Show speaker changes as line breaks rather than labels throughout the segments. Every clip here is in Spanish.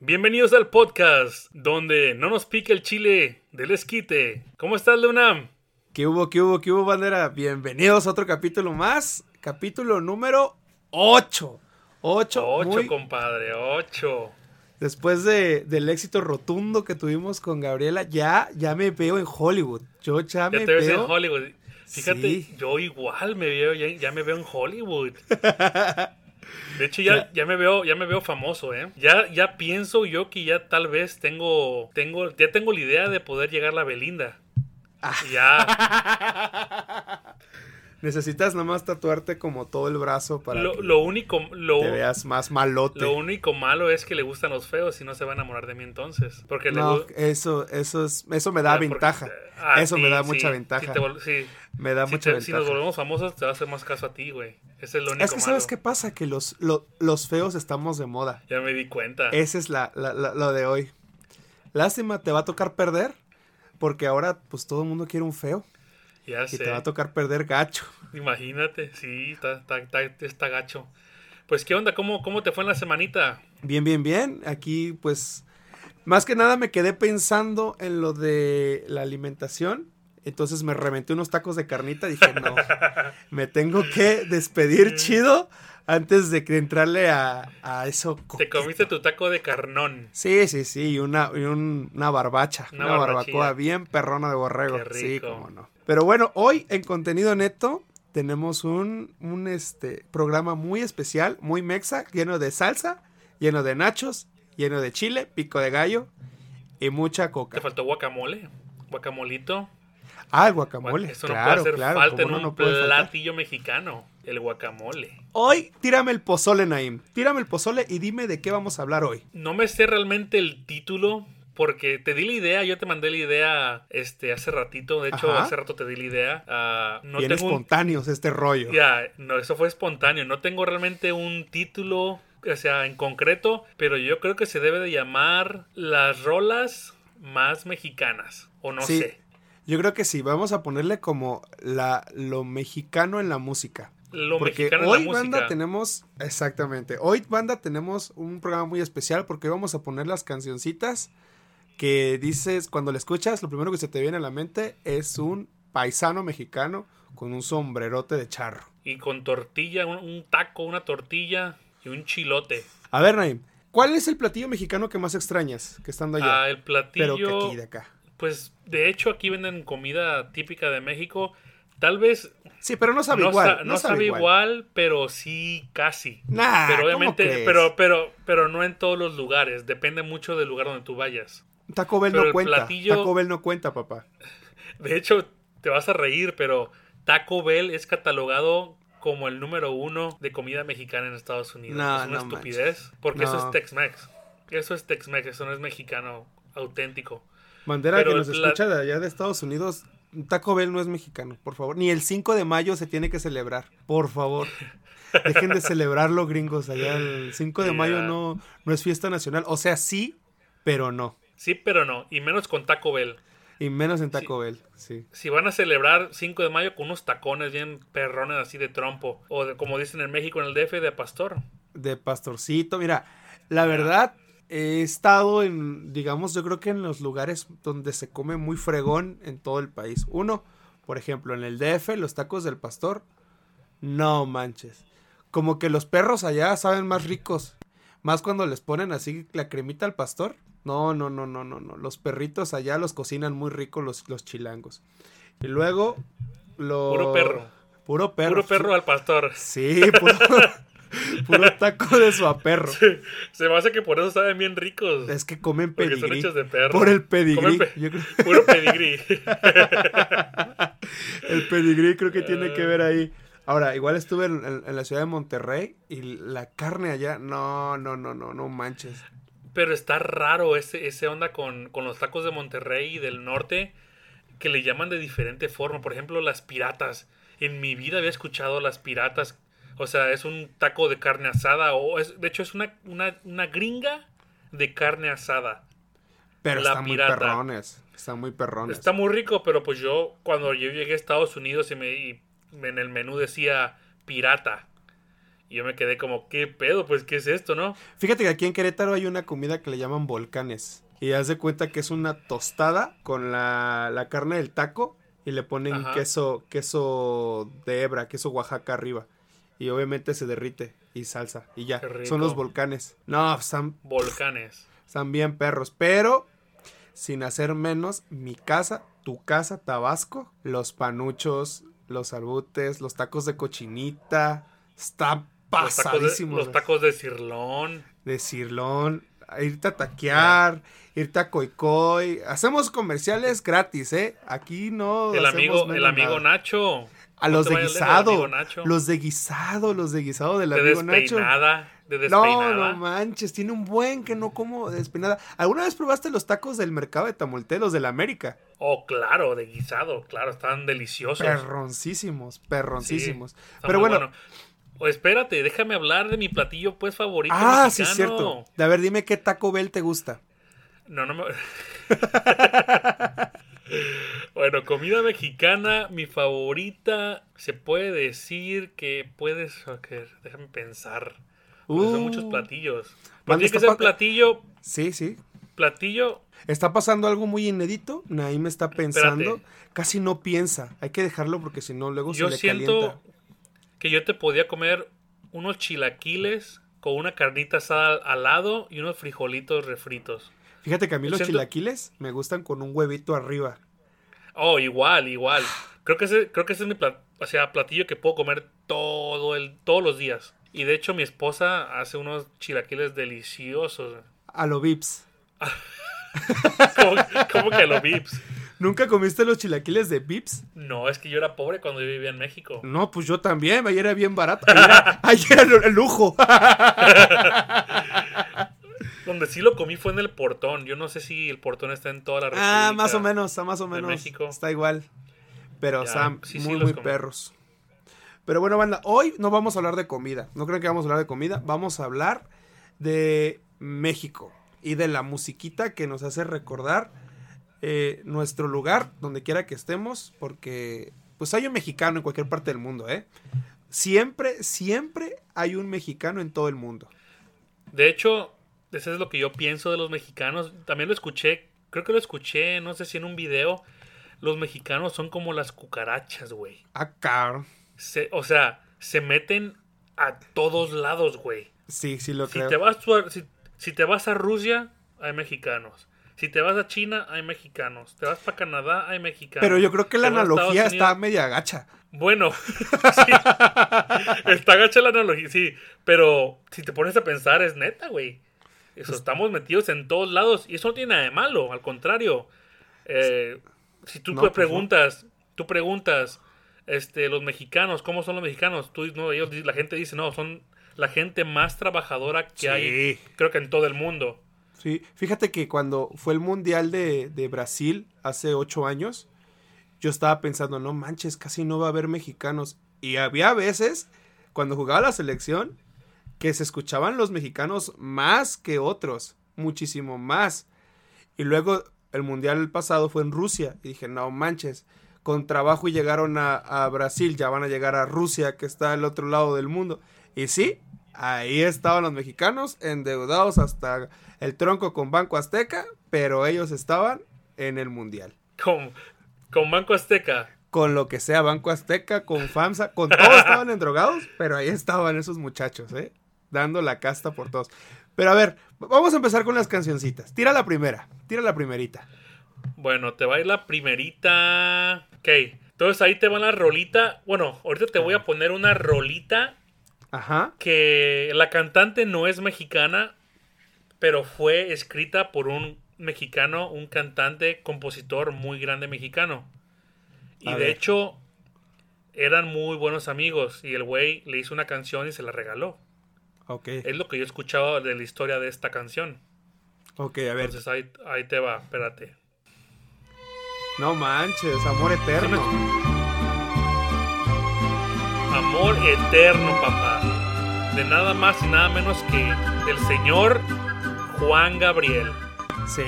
Bienvenidos al podcast donde no nos pica el chile del esquite. ¿Cómo estás, Leonam?
¿Qué hubo, qué hubo, qué hubo, bandera? Bienvenidos a otro capítulo más. Capítulo número 8. 8.
Ocho,
muy-
compadre, ocho.
Después de, del éxito rotundo que tuvimos con Gabriela, ya, ya me veo en Hollywood. Yo ya
Ya
me
te ves en
veo.
Hollywood. Fíjate,
Sí.
yo igual me veo, ya, ya me veo en Hollywood. De hecho, ya, ya me veo, ya me veo famoso, ¿eh? Ya, ya pienso yo que ya tal vez tengo, tengo, ya tengo la idea de poder llegar a la Belinda.
Ah,
Ya,
Necesitas nada más tatuarte como todo el brazo para
lo,
que
lo único, lo,
te veas más malote.
lo único malo es que le gustan los feos y no se va a enamorar de mí entonces. Porque le
no,
gu-
eso, eso, es, eso me da
porque-
ventaja.
Ah,
eso me
sí,
da
sí,
mucha
sí
ventaja.
te vol- sí.
me da
Si,
mucha
te- si
ventaja.
nos volvemos famosos, te va a hacer más caso a ti, güey. Ese es lo único
es que sabes qué
malo.
pasa, que los, lo- los feos estamos de moda.
Ya me di cuenta.
Esa es la, la- la- lo de hoy. Lástima, te va a tocar perder. Porque ahora, pues todo el mundo quiere un feo.
ya
Y
sé.
te va a tocar perder gacho.
Imagínate, sí, está, está- está- está gacho. Pues, ¿qué onda? ¿Cómo, ¿Cómo te fue en la semanita?
Bien, bien, bien. Aquí, pues. Más que nada me quedé pensando en lo de la alimentación. Entonces me reventé unos tacos de carnita. Dije, no. Me tengo que despedir chido antes de que entrarle a, a eso.
Te
coqueto.
comiste tu taco de carnón.
Sí, sí, sí, y una, y un- una barbacha,
Una
una,
barbachilla.
barbacoa bien perrona de borrego.
Qué
Sí,
rico.
cómo no. Pero bueno, hoy en contenido neto tenemos un, un este, programa muy especial, muy mexa, lleno de salsa, lleno de nachos, lleno de chile, pico de gallo y mucha
Te
coca.
faltó guacamole, guacamolito.
Ah, el guacamole,
Eso no
claro,
puede hacer
claro,
falta en
cómo no,
un
no puede faltar.
platillo mexicano, el guacamole.
Hoy tírame el pozole, Naim, tírame el pozole y dime de qué vamos a hablar hoy.
No me sé realmente el título porque te di la idea, yo te mandé la idea este hace ratito, de hecho
Ajá.
hace rato te di la idea. Ah, no
bien
tengo un-
espontáneos este rollo.
Ya, no, eso fue espontáneo. No tengo realmente un título, o sea, en concreto, pero yo creo que se debe de llamar las rolas más mexicanas, o no
Sí.
sé.
Yo creo que sí, vamos a ponerle como la, lo mexicano en la música.
Lo
porque
mexicano
hoy
en la música.
banda tenemos, exactamente, hoy banda tenemos un programa muy especial porque hoy vamos a poner las cancioncitas que dices, cuando la escuchas, lo primero que se te viene a la mente es un paisano mexicano con un sombrerote de charro.
Y con tortilla, un, un taco, una tortilla y un chilote.
A ver, Naim, ¿cuál es el platillo mexicano que más extrañas que estando allá?
Ah, el
pero
platillo.
que aquí de acá.
Pues de hecho aquí venden comida típica de México. Tal vez
Sí, pero no sabe
no,
igual.
sa- no sabe igual.
igual.
pero sí casi.
Nah,
pero
¿cómo
obviamente,
crees?
pero, pero, pero no en todos los lugares. Depende mucho del lugar donde tú vayas.
Taco Bell
pero el
no cuenta.
platillo-
Taco Bell no cuenta, papá.
De hecho, te vas a reír, pero Taco Bell es catalogado como el número uno de comida mexicana en Estados Unidos.
No,
es una
no
estupidez. Porque eso es
No.
Tex-Mex. Eso es Tex-Mex, eso no es mexicano auténtico.
Bandera
Pero
que nos
la-
escucha de allá de Estados Unidos, Taco Bell no es mexicano, por favor. Ni el 5 de mayo se tiene que celebrar, por favor. Dejen de celebrarlo, gringos. Allá el 5 de mayo
Ya.
no, no es fiesta nacional. O sea, sí, pero no.
Sí, pero no. Y menos con Taco Bell.
Y menos en Taco Bell, sí.
Si van a celebrar 5 de mayo con unos tacones bien perrones así de trompo, o de- como dicen en México en el DF, de pastor.
De pastorcito, mira, la verdad, he estado en, digamos, yo creo que en los lugares donde se come muy fregón en todo el país. Uno, por ejemplo, en el DF, los tacos del pastor, no manches. Como que los perros allá saben más ricos. Más cuando les ponen así la cremita al pastor. No, no, no, no, no, no. Los perritos allá los cocinan muy ricos los, los chilangos. Y luego, lo...
Puro perro.
Puro perro.
Puro perro al pastor.
Sí, puro, puro taco de su perro.
Se me hace que por eso saben bien ricos.
Es que comen
porque son
pedigrí.
hechos de perro.
Por el pedigrí.
Comen pe-
Yo creo-
Puro pedigrí.
el pedigrí creo que tiene que
Ah.
ver ahí. Ahora, igual estuve en, en- en la ciudad de Monterrey y la carne allá, no, no, no, no, no manches.
Pero está raro ese, ese onda con, con los tacos de Monterrey y del norte que le llaman de diferente forma. Por ejemplo, las piratas. En mi vida había escuchado las piratas. O sea, es un taco de carne asada. o es, De hecho, es una, una, una gringa de carne asada.
Pero
La
están
pirata.
muy perrones. Están muy perrones.
Está muy rico, pero pues yo cuando yo llegué a Estados Unidos y me y en el menú decía pirata. Y yo me quedé como, ¿qué pedo? Pues, ¿qué es esto, no?
Fíjate que aquí en Querétaro hay una comida que le llaman volcanes. Y haz de cuenta que es una tostada con la, la carne del taco y le ponen
Ajá.
queso, queso de hebra, queso Oaxaca arriba. Y obviamente se derrite y salsa. Y ya.
Qué rico.
Son los volcanes. No, están,
Volcanes.
están bien perros. Pero, sin hacer menos, mi casa, tu casa, Tabasco, los panuchos, los arbutes, los tacos de cochinita. Están
Los tacos, de,
pasadísimos.
los
güey
tacos de cirlón.
de Cirlón, a irte a taquear, irte a Coicoy. Hacemos comerciales gratis, ¿eh? Aquí no.
El
hacemos
amigo, el
menos
amigo
nada.
Nacho.
A
No
los
te
de
vayas lejos,
guisado.
amigo Nacho.
Los de guisado, los de guisado del
De
amigo Nacho.
despeinada. De
No,
despeinada.
no manches, tiene un buen que no como de despeinada. ¿Alguna vez probaste los tacos del mercado de Tamolteros de la América?
Oh, claro, de guisado, claro, están deliciosos.
Perroncísimos, perroncísimos.
Está
Pero
muy
bueno,
O espérate, déjame hablar de mi platillo pues favorito
ah,
mexicano.
sí, es cierto. A ver, dime qué Taco Bell te gusta.
No, no me... bueno, comida mexicana, mi favorita, se puede decir que puedes... ok, déjame pensar. porque
Uh.
son muchos platillos. Pero
Manda
tiene que
esta
ser
pa-
platillo,
Sí, sí,
platillo...
Está pasando algo muy inédito. Naim está pensando.
Espérate.
Casi no piensa. Hay que dejarlo porque si no, luego
yo
Uh, se le
siento
calienta.
que yo te podía comer unos chilaquiles con una carnita asada al- al lado y unos frijolitos refritos.
Fíjate que a mí
yo
los
siento-
chilaquiles me gustan con un huevito arriba.
Oh, igual, igual. Creo que ese, creo que ese es mi pla- o sea, platillo que puedo comer todo el, todos los días. Y de hecho mi esposa hace unos chilaquiles deliciosos.
A lo Vips.
¿Cómo, cómo que los vips?
¿Nunca comiste los chilaquiles de Vips?
No, es que yo era pobre cuando yo vivía en México.
No, pues yo también. Ayer era bien barato. Ayer era, ayer era el lujo.
Donde sí lo comí fue en el portón. Yo no sé si el portón está en toda la
ah, más o
República.
menos. Está más o menos.
México.
Está igual. Pero
Ya,
Sam,
sí, sí,
muy,
los
muy
comí.
perros. Pero bueno, banda, hoy no vamos a hablar de comida. No creo que vamos a hablar de comida. Vamos a hablar de México y de la musiquita que nos hace recordar eh, nuestro lugar, donde quiera que estemos, porque pues hay un mexicano en cualquier parte del mundo, ¿eh? Siempre, siempre hay un mexicano en todo el mundo.
De hecho, eso es lo que yo pienso de los mexicanos. También lo escuché, creo que lo escuché, no sé si en un video. Los mexicanos son como las cucarachas, güey.
Ah, Acá.
Se- o sea, se meten a todos lados, güey.
Sí, sí lo
Si
creo.
te, vas tú a- si, si te vas a Rusia, hay mexicanos. Si te vas a China, hay mexicanos. Te vas para Canadá, hay mexicanos.
Pero yo creo que la
Te vas a
analogía
Estados
está
Unidos-
media gacha.
Bueno, sí. está gacha la analogía, sí. Pero si te pones a pensar, es neta, güey. Eso,
Pues
estamos metidos en todos lados. Y eso no tiene nada de malo, al contrario. Eh, si tú
No,
pues,
pues, no.
preguntas, tú preguntas, este, los mexicanos, ¿cómo son los mexicanos? Tú, no, ellos, la gente dice, no, son la gente más trabajadora que hay,
Sí.
creo que en todo el mundo.
Sí, fíjate que cuando fue el Mundial de, de Brasil hace ocho años, yo estaba pensando, no manches, casi no va a haber mexicanos. Y había veces, cuando jugaba la selección, que se escuchaban los mexicanos más que otros, muchísimo más. Y luego el Mundial pasado fue en Rusia, y dije, no manches, con trabajo y llegaron a, a Brasil, ya van a llegar a Rusia, que está al otro lado del mundo. Y sí, ahí estaban los mexicanos endeudados hasta el tronco con Banco Azteca, pero ellos estaban en el Mundial.
Con, con Banco Azteca.
Con lo que sea, Banco Azteca, con FAMSA, con todos estaban endrogados, pero ahí estaban esos muchachos, ¿eh? Dando la casta por todos. Pero a ver, vamos a empezar con las cancioncitas. Tira la primera, tira la primerita.
Bueno, te va a ir la primerita. Ok. Entonces ahí te va la rolita. Bueno, ahorita te voy a poner una rolita
Ajá.
que la cantante no es mexicana, pero fue escrita por un mexicano, un cantante, compositor muy grande mexicano. Y
A
de
ver.
hecho, eran muy buenos amigos y el güey le hizo una canción y se la regaló.
Ok,
Es lo que yo escuchaba de la historia de esta canción.
ok, a ver.
Entonces ahí, ahí te va, espérate.
No manches, amor eterno.
Amor eterno, papá. De nada más y nada menos que del señor Juan Gabriel.
Sí.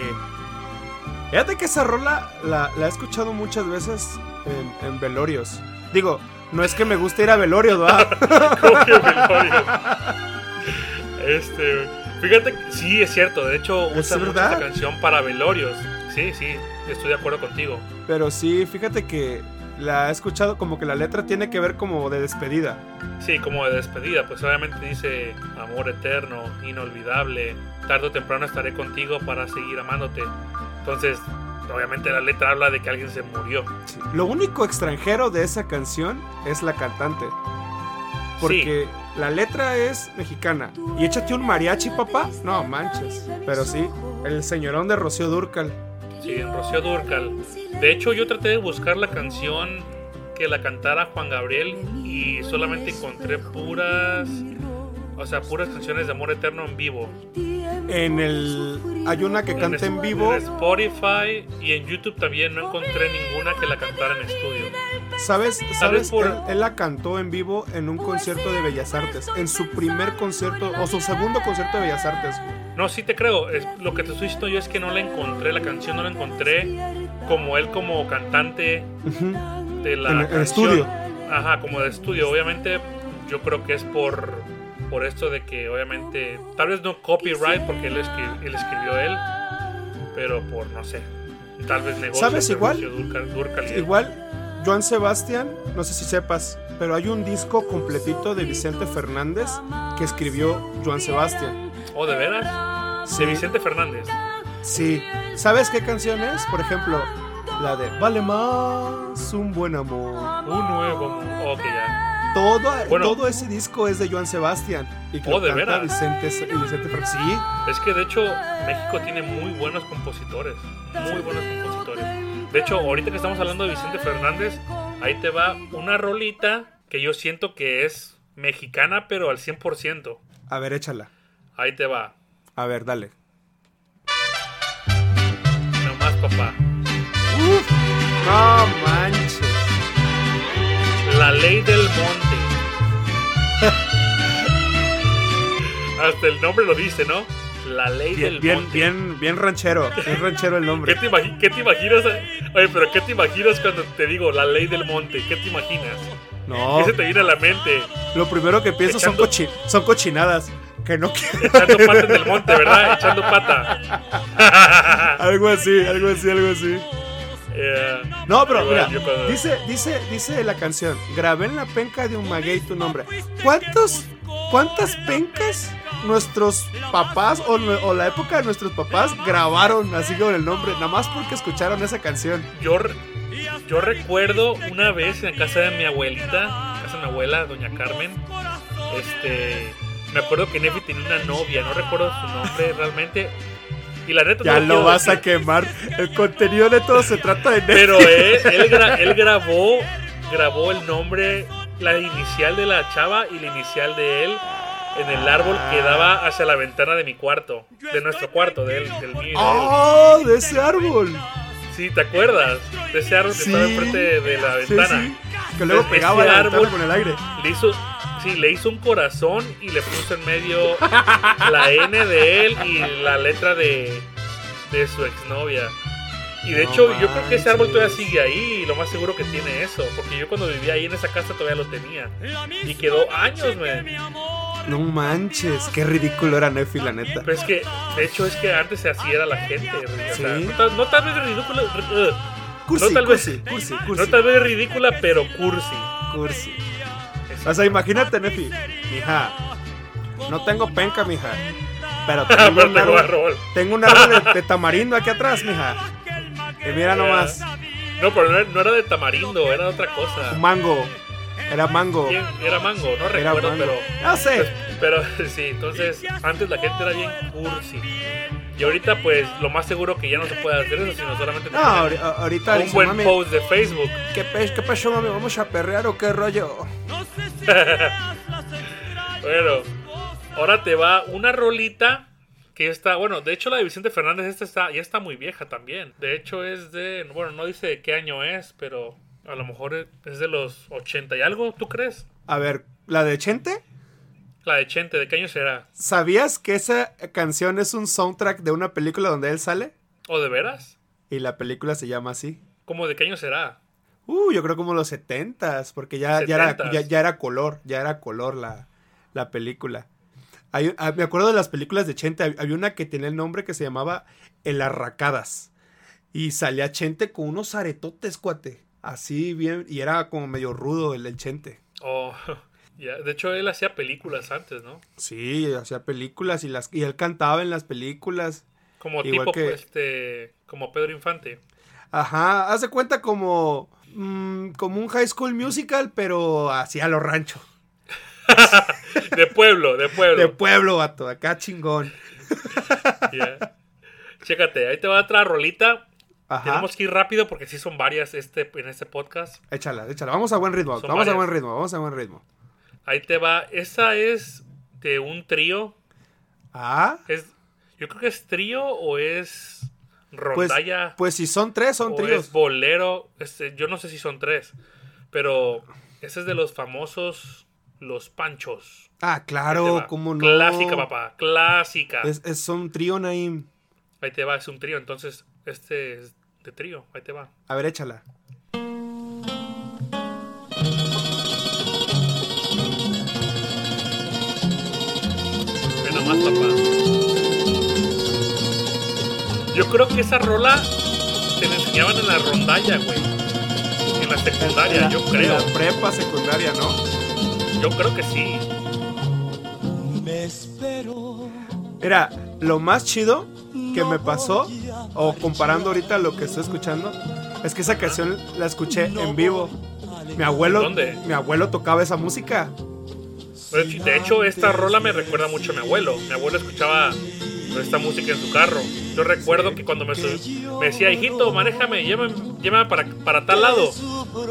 Fíjate que esa rola la, la he escuchado muchas veces en, en velorios. Digo, No es que me guste ir a velorios, ¿verdad?
¿Cómo que velorios? Este, fíjate, que- sí, es cierto. De hecho,
¿Es
usa mucho
verdad?
esta canción para velorios. Sí, sí, estoy de acuerdo contigo.
Pero sí, fíjate que la he escuchado como que la letra tiene que ver como de despedida.
Sí, como de despedida, pues obviamente dice amor eterno, inolvidable, tarde o temprano estaré contigo para seguir amándote. Entonces, obviamente la letra habla de que alguien se murió.
Sí. Lo único extranjero de esa canción es la cantante. Porque la letra es mexicana. Y échate un mariachi, papá. No, manches. Pero sí, el señorón de Rocío Durcal.
Sí, Rocío Durcal. De hecho, yo traté de buscar la canción que la cantara Juan Gabriel y solamente encontré puras, o sea, puras canciones de amor eterno en vivo.
En el. Hay una que canta en vivo.
En Spotify y en YouTube también no encontré ninguna que la cantara en estudio.
¿Sabes? ¿Sabes?
por-
Él, él la cantó en vivo en un concierto de Bellas Artes. En su primer concierto o su segundo concierto de Bellas Artes.
No, sí te creo. Es, lo que te estoy diciendo yo es que no la encontré, la canción no la encontré como él como cantante
Ujú.
de la
En el
canción.
estudio.
Ajá, como de estudio. Obviamente yo creo que es por, por esto de que obviamente, tal vez no copyright porque él, escri- él escribió él, pero por, no sé, tal vez negocio.
¿Sabes igual?
Durcal, Durcal y-
Igual, Joan Sebastián, no sé si sepas, pero hay un disco completito de Vicente Fernández que escribió Joan Sebastián.
Oh, ¿de veras?
Sí,
De Vicente Fernández.
sí. ¿Sabes qué canción es? Por ejemplo, la de Vale más un buen amor.
Un nuevo... mu- Ok, ya.
Todo,
Bueno.
todo ese disco es de Joan Sebastián y que
Oh,
lo
¿de
canta
veras?
Vicente, Vicente Fernández. Sí,
Es que de hecho México tiene muy buenos compositores, muy buenos compositores. De hecho, ahorita que estamos hablando de Vicente Fernández, ahí te va una rolita que yo siento que es mexicana, pero al 100%.
a ver, échala.
Ahí te va.
A ver, dale.
Nomás, papá.
Uf, no manches.
La ley del monte. Hasta el nombre lo dice, ¿no? La ley
Bien,
del
bien,
monte.
bien, bien ranchero. Bien ranchero el
¿Qué
nombre.
te, imagi- qué te imaginas? Oye, pero ¿qué te imaginas cuando te digo la ley del monte? ¿Qué te imaginas?
No.
¿Qué se te viene a la mente?
Lo primero que pienso son,
Echando-
cochi- son cochinadas. Que no quiero.
Echando pata en el monte, ¿verdad? Echando pata.
algo así, algo así, algo así.
Eh,
No, pero
igual,
mira,
yo cuando-
dice, dice, dice la canción, grabé en la penca de un maguey tu nombre. ¿Cuántos, cuántas pencas nuestros papás o, nue- o la época de nuestros papás grabaron así con el nombre? Nada más porque escucharon esa canción.
yo, re- yo recuerdo una vez en la casa de mi abuelita, casa de mi abuela, doña Carmen, este, me acuerdo que Nefi tenía una novia, no recuerdo su nombre realmente. Y la neta no
Ya lo
quiero
vas a
decir,
quemar. El contenido de todo se trata de...
Pero él, él gra- él grabó, grabó el nombre, la inicial de la chava y la inicial de él en el árbol que daba hacia la ventana de mi cuarto, de nuestro cuarto, de él, del mío. y de él.
¡Oh! De ese árbol.
Sí, ¿te acuerdas? De ese árbol que
Sí.
estaba enfrente de la
Sí,
ventana.
sí. Que luego
Ese
pegaba la ventana
árbol-
con el aire.
Le hizo, sí, le hizo un corazón y le puso en medio la N de él y la letra de, de su exnovia. Y de
No
hecho, yo creo que ese árbol todavía
manches.
sigue ahí y lo más seguro que tiene eso. Porque yo cuando vivía ahí en esa casa todavía lo tenía. Y quedó años, man.
No manches, qué ridículo era Nefi, la neta.
Pero es que, de hecho, es que antes así era la gente. o sea,
Sí.
no, tal, no tal vez ridículo. eh,
Cursi,
no tal vez-
cursi, cursi,
No
cursi,
tal vez ridícula, pero cursi.
cursi.
Es-
O sea, imagínate, Nefi. Mija, no tengo penca, mija. Pero tengo
Pero
un
te voy a
árbol,
robar.
tengo un árbol de, de tamarindo aquí atrás, mija. Y mira nomás,
No, pero no era, no era de tamarindo, era de otra cosa.
mango. Era mango.
¿Quién? Era mango, no
Era
recuerdo,
mango.
pero.
No sé.
Pero sí, entonces antes la gente era bien cursi. Y ahorita, pues, lo más seguro que ya no se puede hacer eso, sino solamente
No,
tener
ahori- ahorita
un
dice,
buen
mami,
post de Facebook.
¿qué, pe- ¿qué pasó, mami? ¿Vamos a perrear o qué rollo?
Bueno, ahora te va una rolita que está, bueno, de hecho la de Vicente Fernández esta está, ya está muy vieja también. De hecho es de, bueno, no dice de qué año es, pero a lo mejor es de los 80 y algo, ¿tú crees?
A ver, ¿la de Chente?
La de Chente, ¿de qué año será?
¿Sabías que esa canción es un soundtrack de una película donde él sale?
¿O de veras?
Y la película se llama así.
¿Cómo de qué año será?
Uh, yo creo como los setentas, porque ya, ya, era, ya, ya, era color, ya era color la, la película. Hay, a, me acuerdo de las películas de Chente, había una que tenía el nombre que se llamaba El Arracadas. Y salía Chente con unos aretotes, cuate. Así bien, y era como medio rudo el, el Chente.
Oh, yeah. de hecho él hacía películas antes, ¿no?
Sí, hacía películas y, las, y él cantaba en las películas.
Como Igual tipo, que... este, como Pedro Infante.
Ajá, hace cuenta como, mmm, como un High School Musical, pero hacia los ranchos.
de pueblo, de pueblo.
De pueblo, vato, acá chingón.
yeah. Chécate, ahí te va otra rolita. Ajá. Tenemos que ir rápido porque sí son varias este, en este podcast.
Échala, échala. Vamos a buen ritmo. Son vamos varias. a buen ritmo, vamos a buen ritmo.
Ahí te va. Esa es de un trío.
Ah.
Es, yo creo que es trío o es rondalla.
Pues, pues si son tres, son tríos.
Es bolero. Este, yo no sé si son tres. Pero ese es de los famosos Los Panchos.
Ah, claro, como no.
Clásica, papá. Clásica.
Es, es un trío, Naim.
Ahí te va, es un trío. Entonces, este es de trío. Ahí te va.
A ver, échala.
Ve nomás, papá. Yo creo que esa rola te la enseñaban en la rondalla, güey. En la secundaria,
la,
yo creo.
En la prepa secundaria, ¿no?
Yo creo que sí.
Me espero. Mira, lo más chido que me pasó, o comparando ahorita lo que estoy escuchando, es que esa canción la escuché en vivo. Mi abuelo,
¿Dónde?
Mi abuelo tocaba esa música.
De hecho, esta rola me recuerda mucho a mi abuelo. Mi abuelo escuchaba esta música en su carro. Yo recuerdo que cuando me, me decía, hijito, manéjame, llévame, llévame para, para, tal lado.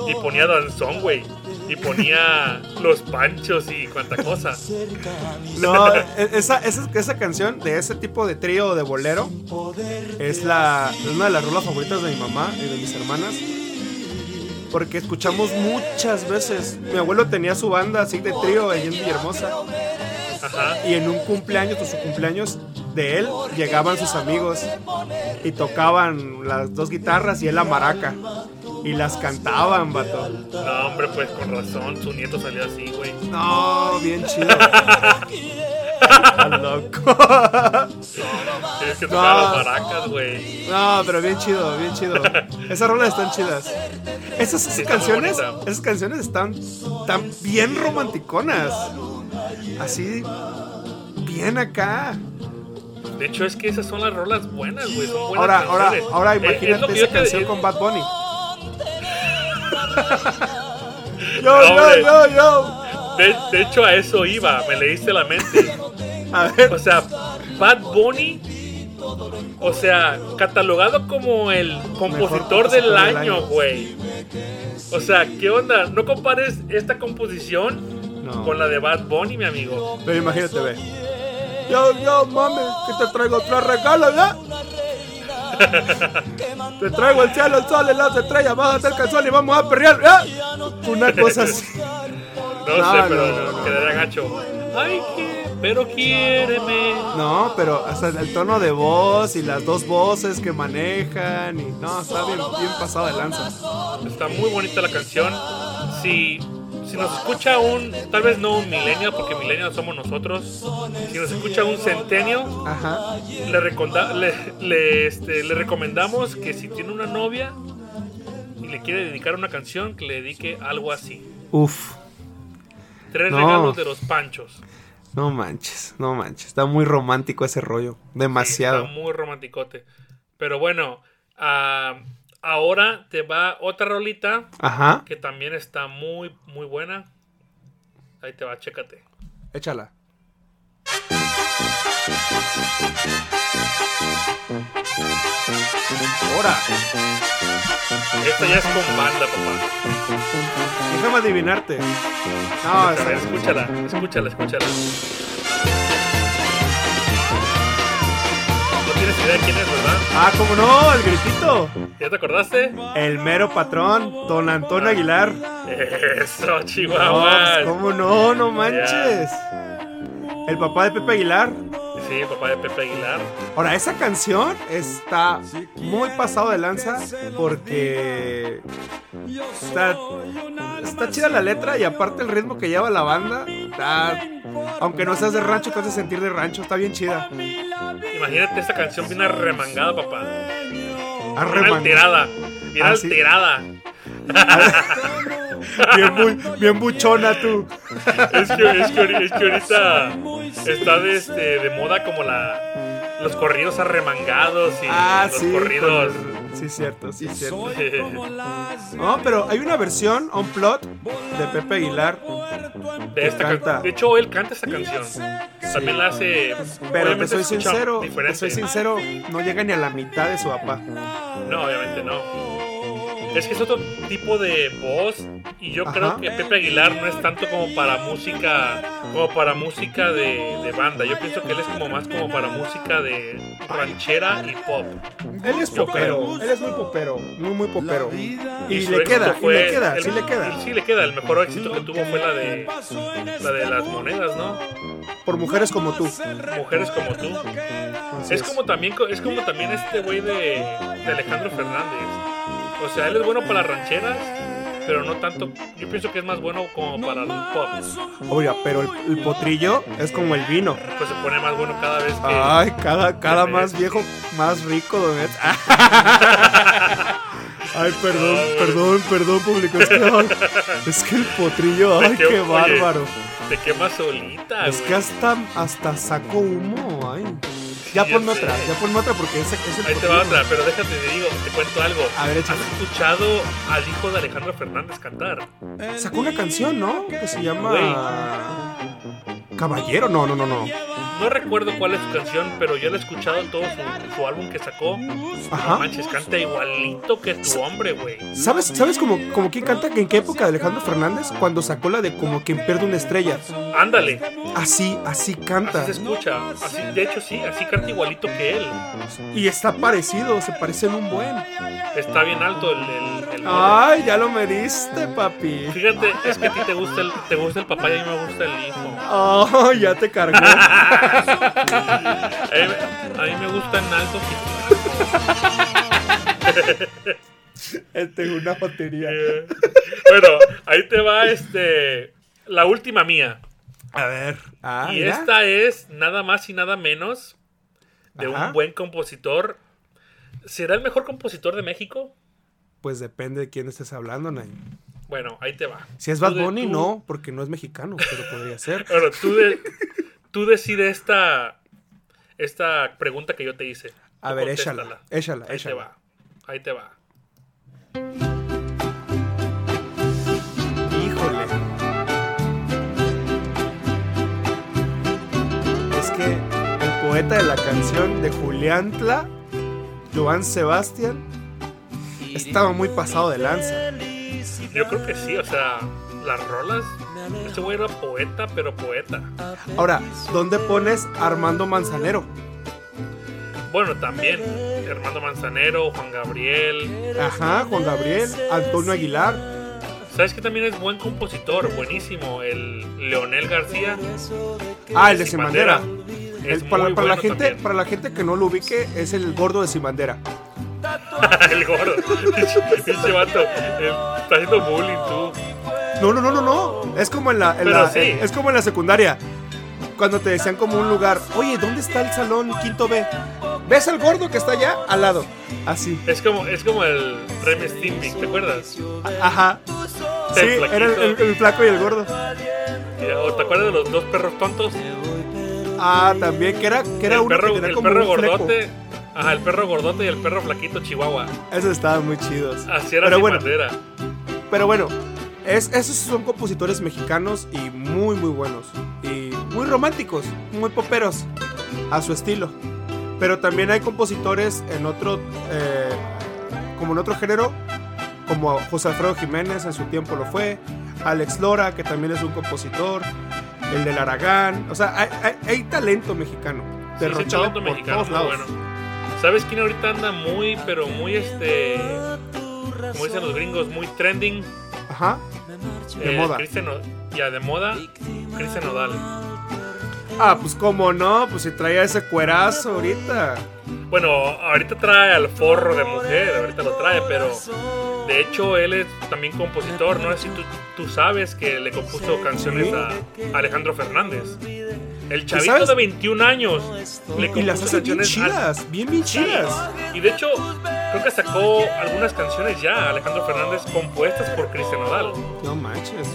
Y ponía danzón, güey. Y ponía los panchos y cuanta cosa.
No, e, esa, esa, esa, canción de ese tipo de trío de bolero es, la, es una de las rolas favoritas de mi mamá y de mis hermanas. Porque escuchamos muchas veces. Mi abuelo tenía su banda así de trío allí en Villahermosa.
Ajá.
Y en un cumpleaños, o su cumpleaños, de él llegaban sus amigos y tocaban las dos guitarras y él la maraca. Y las cantaban, vato.
No, hombre, pues con razón, su nieto salió así, güey.
No, bien chido. loco.
Tienes que tocar no. las maracas, güey.
No, pero bien chido, bien chido. Esas rolas están chidas. Esas, esas sí, canciones, esas canciones están tan bien romanticonas. Así, bien acá.
De hecho, es que esas son las rolas buenas, güey. Son buenas
ahora,
canciones. Eh,
ahora, ahora imagínate Eh, es, es esa canción es... con Bad Bunny. yo, no, yo, yo, yo.
De, de, hecho, a eso iba. Me leíste la mente.
a ver.
O sea, Bad Bunny. O sea, catalogado como el compositor, del, compositor año, del, año, güey. O sea, ¿qué onda? No compares esta composición no. con la de Bad Bunny, mi amigo.
Pero imagínate, ve. Yo, yo, mami, que te traigo tres regalos, ¿ya? te traigo el cielo, el sol, las estrellas, bájate el calzón y vamos a perrear, ¿ya? Una cosa así.
no, no, sé, pero no, no, quedaría gacho. Ay, que, pero quiéreme.
No, pero hasta el tono de voz y las dos voces que manejan y no, está bien, bien pasado de lanza.
Está muy bonita la canción. Sí si nos escucha un, tal vez no un milenio, porque milenios somos nosotros, si nos escucha un centenio, le, reconda, le, le, este, le, recomendamos que si tiene una novia y le quiere dedicar una canción, que le dedique algo así.
Uf.
Tres no. regalos de los panchos.
No manches, no manches. Está muy romántico ese rollo. Demasiado.
Sí, está muy romanticote. Pero bueno, uh, ahora te va otra rolita.
Ajá.
Que también está muy, muy buena. Ahí te va, chécate.
Échala. Ahora.
Esta ya es con banda, papá.
Déjame adivinarte.
No, es... escúchala, escúchala, escúchala. tienes idea quién es, ¿verdad?
Ah, ¿cómo no? El gritito.
¿Ya te acordaste?
El mero patrón, don Antonio Aguilar.
Eso,
pues,
Chihuahua.
No, ¿Cómo no? No manches. El papá de Pepe Aguilar.
Sí, papá de Pepe Aguilar.
Ahora, esa canción está muy pasado de lanza porque está, está chida la letra y aparte el ritmo que lleva la banda. Está, aunque no seas de rancho, te hace sentir de rancho. Está bien chida.
Imagínate esta canción bien arremangada, papá. Bien
Arreman-
alterada. Bien
Ah, sí.
alterada.
Bien, bu- bien buchona tú.
Es que, es que ahori- es que ahorita está de, este, de moda como la los corridos arremangados y
Ah,
los
sí.
corridos.
con- Sí, cierto, sí, cierto.
De
No, pero hay una versión on plot de Pepe Aguilar.
esta can-
Canta.
De hecho, él canta esta canción. También la hace.
Pero
obviamente
te soy
se escucha
sincero, te
diferente.
soy sincero, no llega ni a la mitad de su papá.
No, obviamente no. Es que es otro tipo de voz y yo
Ajá.
creo que Pepe Aguilar no es tanto como para música como para música de, de banda. Yo pienso que él es como más como para música de ranchera y pop.
Él es
Yo
popero,
creo.
él es muy popero, muy muy popero. Y
su
le
éxito
queda, y
fue
le queda,
el-
sí le queda.
Sí le queda, el mejor éxito que este tuvo fue la de la de las monedas, ¿no?
Por mujeres como tú.
Mujeres como tú.
Así
Es como también co- es como también este güey de, de Alejandro Fernández. O sea, él es bueno para rancheras, pero no tanto. Yo pienso que es más bueno como para el pop.
Oiga, pero el, el potrillo es como el vino.
Pues se pone más bueno cada vez que.
Ay, cada, cada
Qué
más
bestia.
viejo, más rico, don Ed. Ay, perdón, perdón, perdón, público. Es que, ay, es que el potrillo, ay,
Te quem-
qué
oye,
bárbaro.
Te quema solita,
Es que
güey.
hasta, hasta saco humo, ay. Ya
ya
ponme
sé.
otra, ya ponme otra porque ese es el
Ahí te
potrillo.
va otra, pero déjate, te digo, te cuento algo.
A ver,
¿Has
échale.
escuchado al hijo de Alejandro Fernández cantar?
Sacó una canción, ¿no? Que se llama. Caballero, no, no, no, no.
No recuerdo cuál es su canción, pero yo la he escuchado en todo su, su álbum que sacó. No
Ajá.
manches, canta igualito que tu hombre, güey.
¿Sabes, sabes como, como quién canta? ¿En qué época de Alejandro Fernández? Cuando sacó la de como quien pierde una estrella.
Ándale,
Así, así canta.
así se escucha. Así, de hecho, sí, así canta igualito que él.
Y está parecido, se parecen un buen.
Está bien alto el. el- el-
Ay, ya lo me diste, papi.
Fíjate, es que a ti te gusta el, te gusta el papá y a mí me gusta el hijo.
Oh, ya te cargó.
A mí, me- a mí me gustan alto que.
Este es una batería.
Bueno, ahí te va este. La última mía.
A ver. Ah,
y
mira.
esta es nada más y nada menos de
Ajá.
un buen compositor. ¿Será el mejor compositor de México?
Pues depende de quién estés hablando, Nay.
Bueno, ahí te va.
Si es Bad
Tú Pues de-
Bunny,
tú-
no, porque no es mexicano, pero podría ser.
Bueno, tú, de- tú decides esta, esta pregunta que yo te hice.
A
Tú
ver,
contéstala.
échala, échala,
Ahí
échala.
te va. Ahí te va.
Híjole. Es que el poeta de la canción de Julián Tla, Joan Sebastián, estaba muy pasado de lanza.
Yo creo que sí, o sea, las rolas. Ese güey era poeta, pero poeta.
Ahora, ¿dónde pones Armando Manzanero?
Bueno, también Armando Manzanero, Juan Gabriel.
Ajá, Juan Gabriel, Antonio Aguilar.
¿Sabes que también es buen compositor? Buenísimo. El Leonel García.
Ah, el de
Sin
Sin Bandera.
Bandera.
El-
Es
para,
muy
para la
bueno
gente,
también.
para la gente que no lo ubique, es el gordo de Sin Bandera.
el gordo. Pinche vato. eh, Está haciendo bullying tú.
No, no, no, no, no. Es como en la, en
Pero
la-
sí.
es como en la secundaria. Cuando te decían como un lugar, oye, ¿dónde está el salón quinto B? ¿Ves al gordo que está allá? Al lado. Así.
Es como, es como el Remy Steaming, ¿te acuerdas?
A- Ajá. Sí,
El
era el, el-
flaquito.
el flaco y el gordo.
Eh, ¿O te acuerdas de los dos perros tontos?
Ah, también, que era, que era
el
uno
perro,
que tenía
el
como
perro
un fleco.
gordote. Ajá, el perro gordote y el perro flaquito chihuahua.
Esos estaban muy chidos.
Así era
Pero
Sin
bueno.
Bandera.
Pero bueno, es, esos son compositores mexicanos y muy, muy buenos. Y muy románticos, muy poperos, a su estilo. Pero también hay compositores en otro, eh, como en otro género, como José Alfredo Jiménez en su tiempo lo fue, Alex Lora, que también es un compositor, el del Aragán. O sea, hay, hay- hay talento mexicano.
Sí, es un
Derrochado
talento
por
mexicano
todos
muy
lados.
bueno. ¿Sabes quién ahorita anda muy, pero muy este. Como dicen los gringos, muy trending. Eh,
Ajá. De moda.
Cristian O- ya, de moda. Cristian Nodal.
Ah, pues cómo no, pues si traía ese cuerazo ahorita.
Bueno, ahorita trae al forro de mujer, ahorita lo trae, pero de hecho él es también compositor, no sé si tú, tú sabes que le compuso canciones a Alejandro Fernández. El chavito
sabes?
de 21 años le
Y las
compuso
hace bien
canciones al-
chidas, bien, bien chidas.
Y de hecho, creo que sacó algunas canciones ya Alejandro Fernández compuestas por Cristian Nodal.
No manches.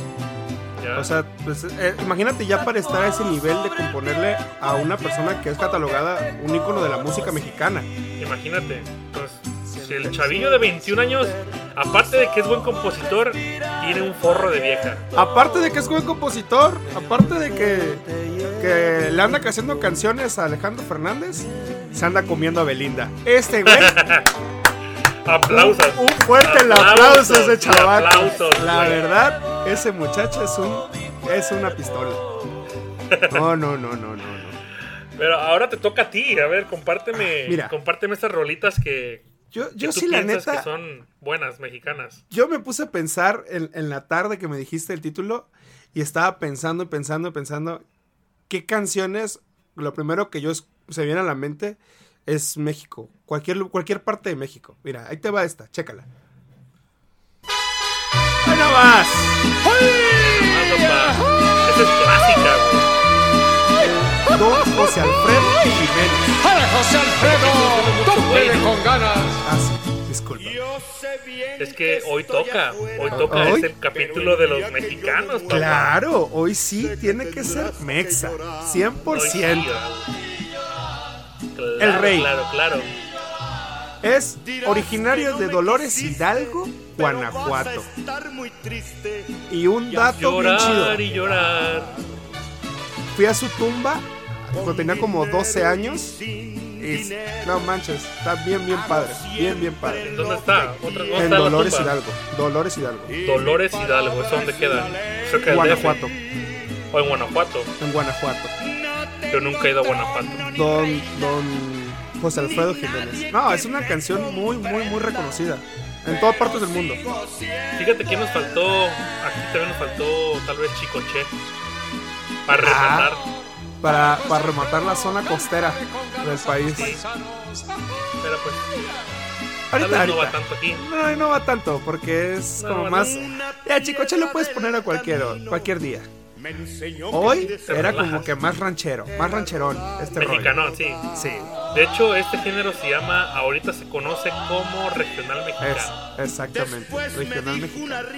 ya.
O sea, pues, eh, imagínate ya para estar a ese nivel de componerle a una persona que es catalogada un ícono de la música mexicana.
Imagínate, pues, si el chavillo de 21 años, aparte de que es buen compositor, tiene un forro de vieja.
Aparte de que es buen compositor, aparte de que, que le anda haciendo canciones a Alejandro Fernández, se anda comiendo a Belinda. Este güey,
Aplausos.
un fuerte el aplauso a ese
Aplausos,
chaval.
aplausos,
La
güey.
verdad, ese muchacho es un es una pistola. No, no, no, no, no, no.
Pero ahora te toca a ti, a ver, compárteme,
Mira.
compárteme estas rolitas que,
Yo,
que
yo
tú
sí la
piensas
neta.
que son buenas mexicanas.
Yo me puse a pensar en, en la tarde que me dijiste el título y estaba pensando, pensando, pensando qué canciones, lo primero que yo es- se viene a la mente es México, cualquier, lu- cualquier parte de México. Mira, ahí te va esta, chécala. ¡Ahí no más!
Ah, compa, Esa es clásica, güey.
Don José Alfredo Jiménez.
¡Ale, José Alfredo! ¡Tómele con ganas!
Ah, sí, disculpa.
Es que hoy toca, hoy toca,
¿Hoy?
es el capítulo de los mexicanos, papá.
Claro, hoy sí tiene que ser Mexa,
Hoy sí,
100%.
güey.
El rey.
Claro, claro.
Es originario de Dolores Hidalgo, Guanajuato. Y un dato bien
Llorar
chido.
y llorar.
Fui a su tumba cuando tenía como 12 años. Y no manches, está bien, bien padre. Bien, bien padre.
¿Dónde está? ¿Otra, dónde
En
está la
Dolores
tumba?
Hidalgo. Dolores Hidalgo.
Dolores Hidalgo, ¿es dónde queda? Cerca del
Guanajuato.
DF. O en Guanajuato.
En Guanajuato.
Yo nunca he ido a Guanajuato.
Don, don José Alfredo Jiménez. No, es una canción muy, muy, muy reconocida. En todas partes del mundo.
Fíjate que nos faltó, aquí también nos faltó tal vez Chicoche. Para
Ah.
resaltar.
Para, para rematar la zona costera del país.
Pero pues, tal
Ahorita,
vez no va
ahorita.
tanto aquí.
No, no va tanto, porque es
No,
como
no.
más. Ya, chicoche lo puedes poner a cualquier, cualquier día. Hoy era como que más ranchero, más rancherón este rollo.
Mexicano, sí.
Sí,
De hecho, este género se llama, ahorita se conoce como regional
es,
mexicano.
exactamente. Regional mexicano.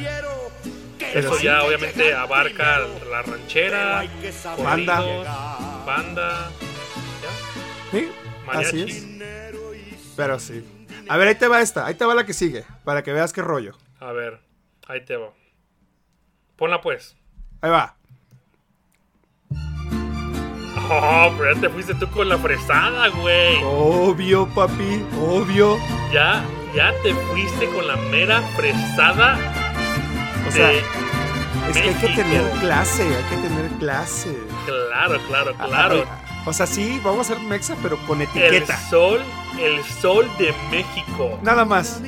Pero
Eso
sí,
ya obviamente abarca la ranchera,
Banda.
corridos, banda,
sí, así
mariachi.
es. Pero sí. A ver, ahí te va esta, ahí te va la que sigue, para que veas qué rollo.
A ver, ahí te va. Ponla pues.
Ahí va.
Oh, pero ya te fuiste tú con la fresada, güey.
Oh. Obvio, papi, obvio.
Ya, ya te fuiste con la mera fresada
O
de...
sea, es que hay que
México.
tener clase, hay que tener clase.
Claro, claro, claro.
O sea, sí, vamos a hacer mexa, pero con
El
etiqueta.
sol, el sol de México.
Nada más.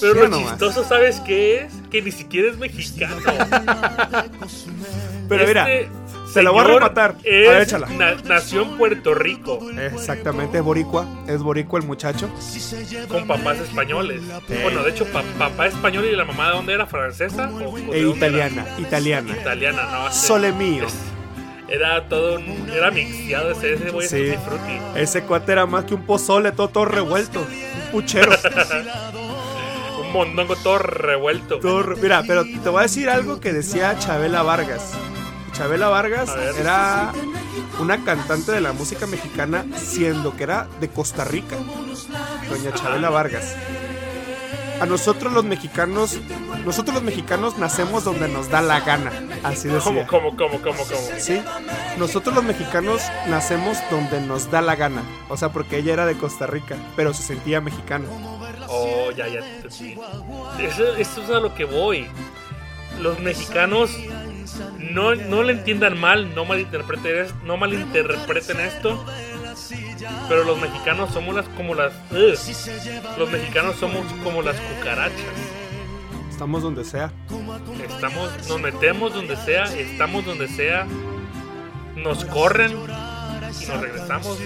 Pero
Mira
lo
nomás.
chistoso, ¿sabes qué es? Que ni siquiera es mexicano.
Pero mira,
Este
se la voy a
señor
rematar. A
Es
ver, échala.
na- nació en Puerto Rico,
exactamente, es boricua. Es boricua el muchacho.
con papás españoles. Bueno, de hecho, pa- papá español y la mamá de dónde era, francesa o, o de
E
dónde era?
italiana, italiana.
italiana, no. este-
Sole mío.
es- era todo un, era mixeado ese, ese güey es
Sí.
tutti frutti.
Ese cuate era más que un pozole, todo, todo revuelto. Un puchero.
Un mondongo todo revuelto.
todo re- Mira, pero te voy a decir algo que decía Chabela Vargas. Chabela Vargas
A ver.
era una cantante de la música mexicana, siendo que era de Costa Rica. Doña Chabela Vargas. A nosotros los mexicanos, nosotros los mexicanos nacemos donde nos da la gana, así
Como,
decía.
como, como, como, como.
Sí, nosotros los mexicanos nacemos donde nos da la gana, o sea, porque ella era de Costa Rica, pero se sentía mexicana.
Oh, ya, ya. te- sí. Eso, eso es a lo que voy. Los mexicanos no, no le entiendan mal, no malinterpreten, es- no malinterpreten esto. Pero los mexicanos somos las como las. ugh. los mexicanos somos como las cucarachas.
Estamos donde sea.
Estamos, nos metemos donde sea, estamos donde sea nos corren y nos regresamos.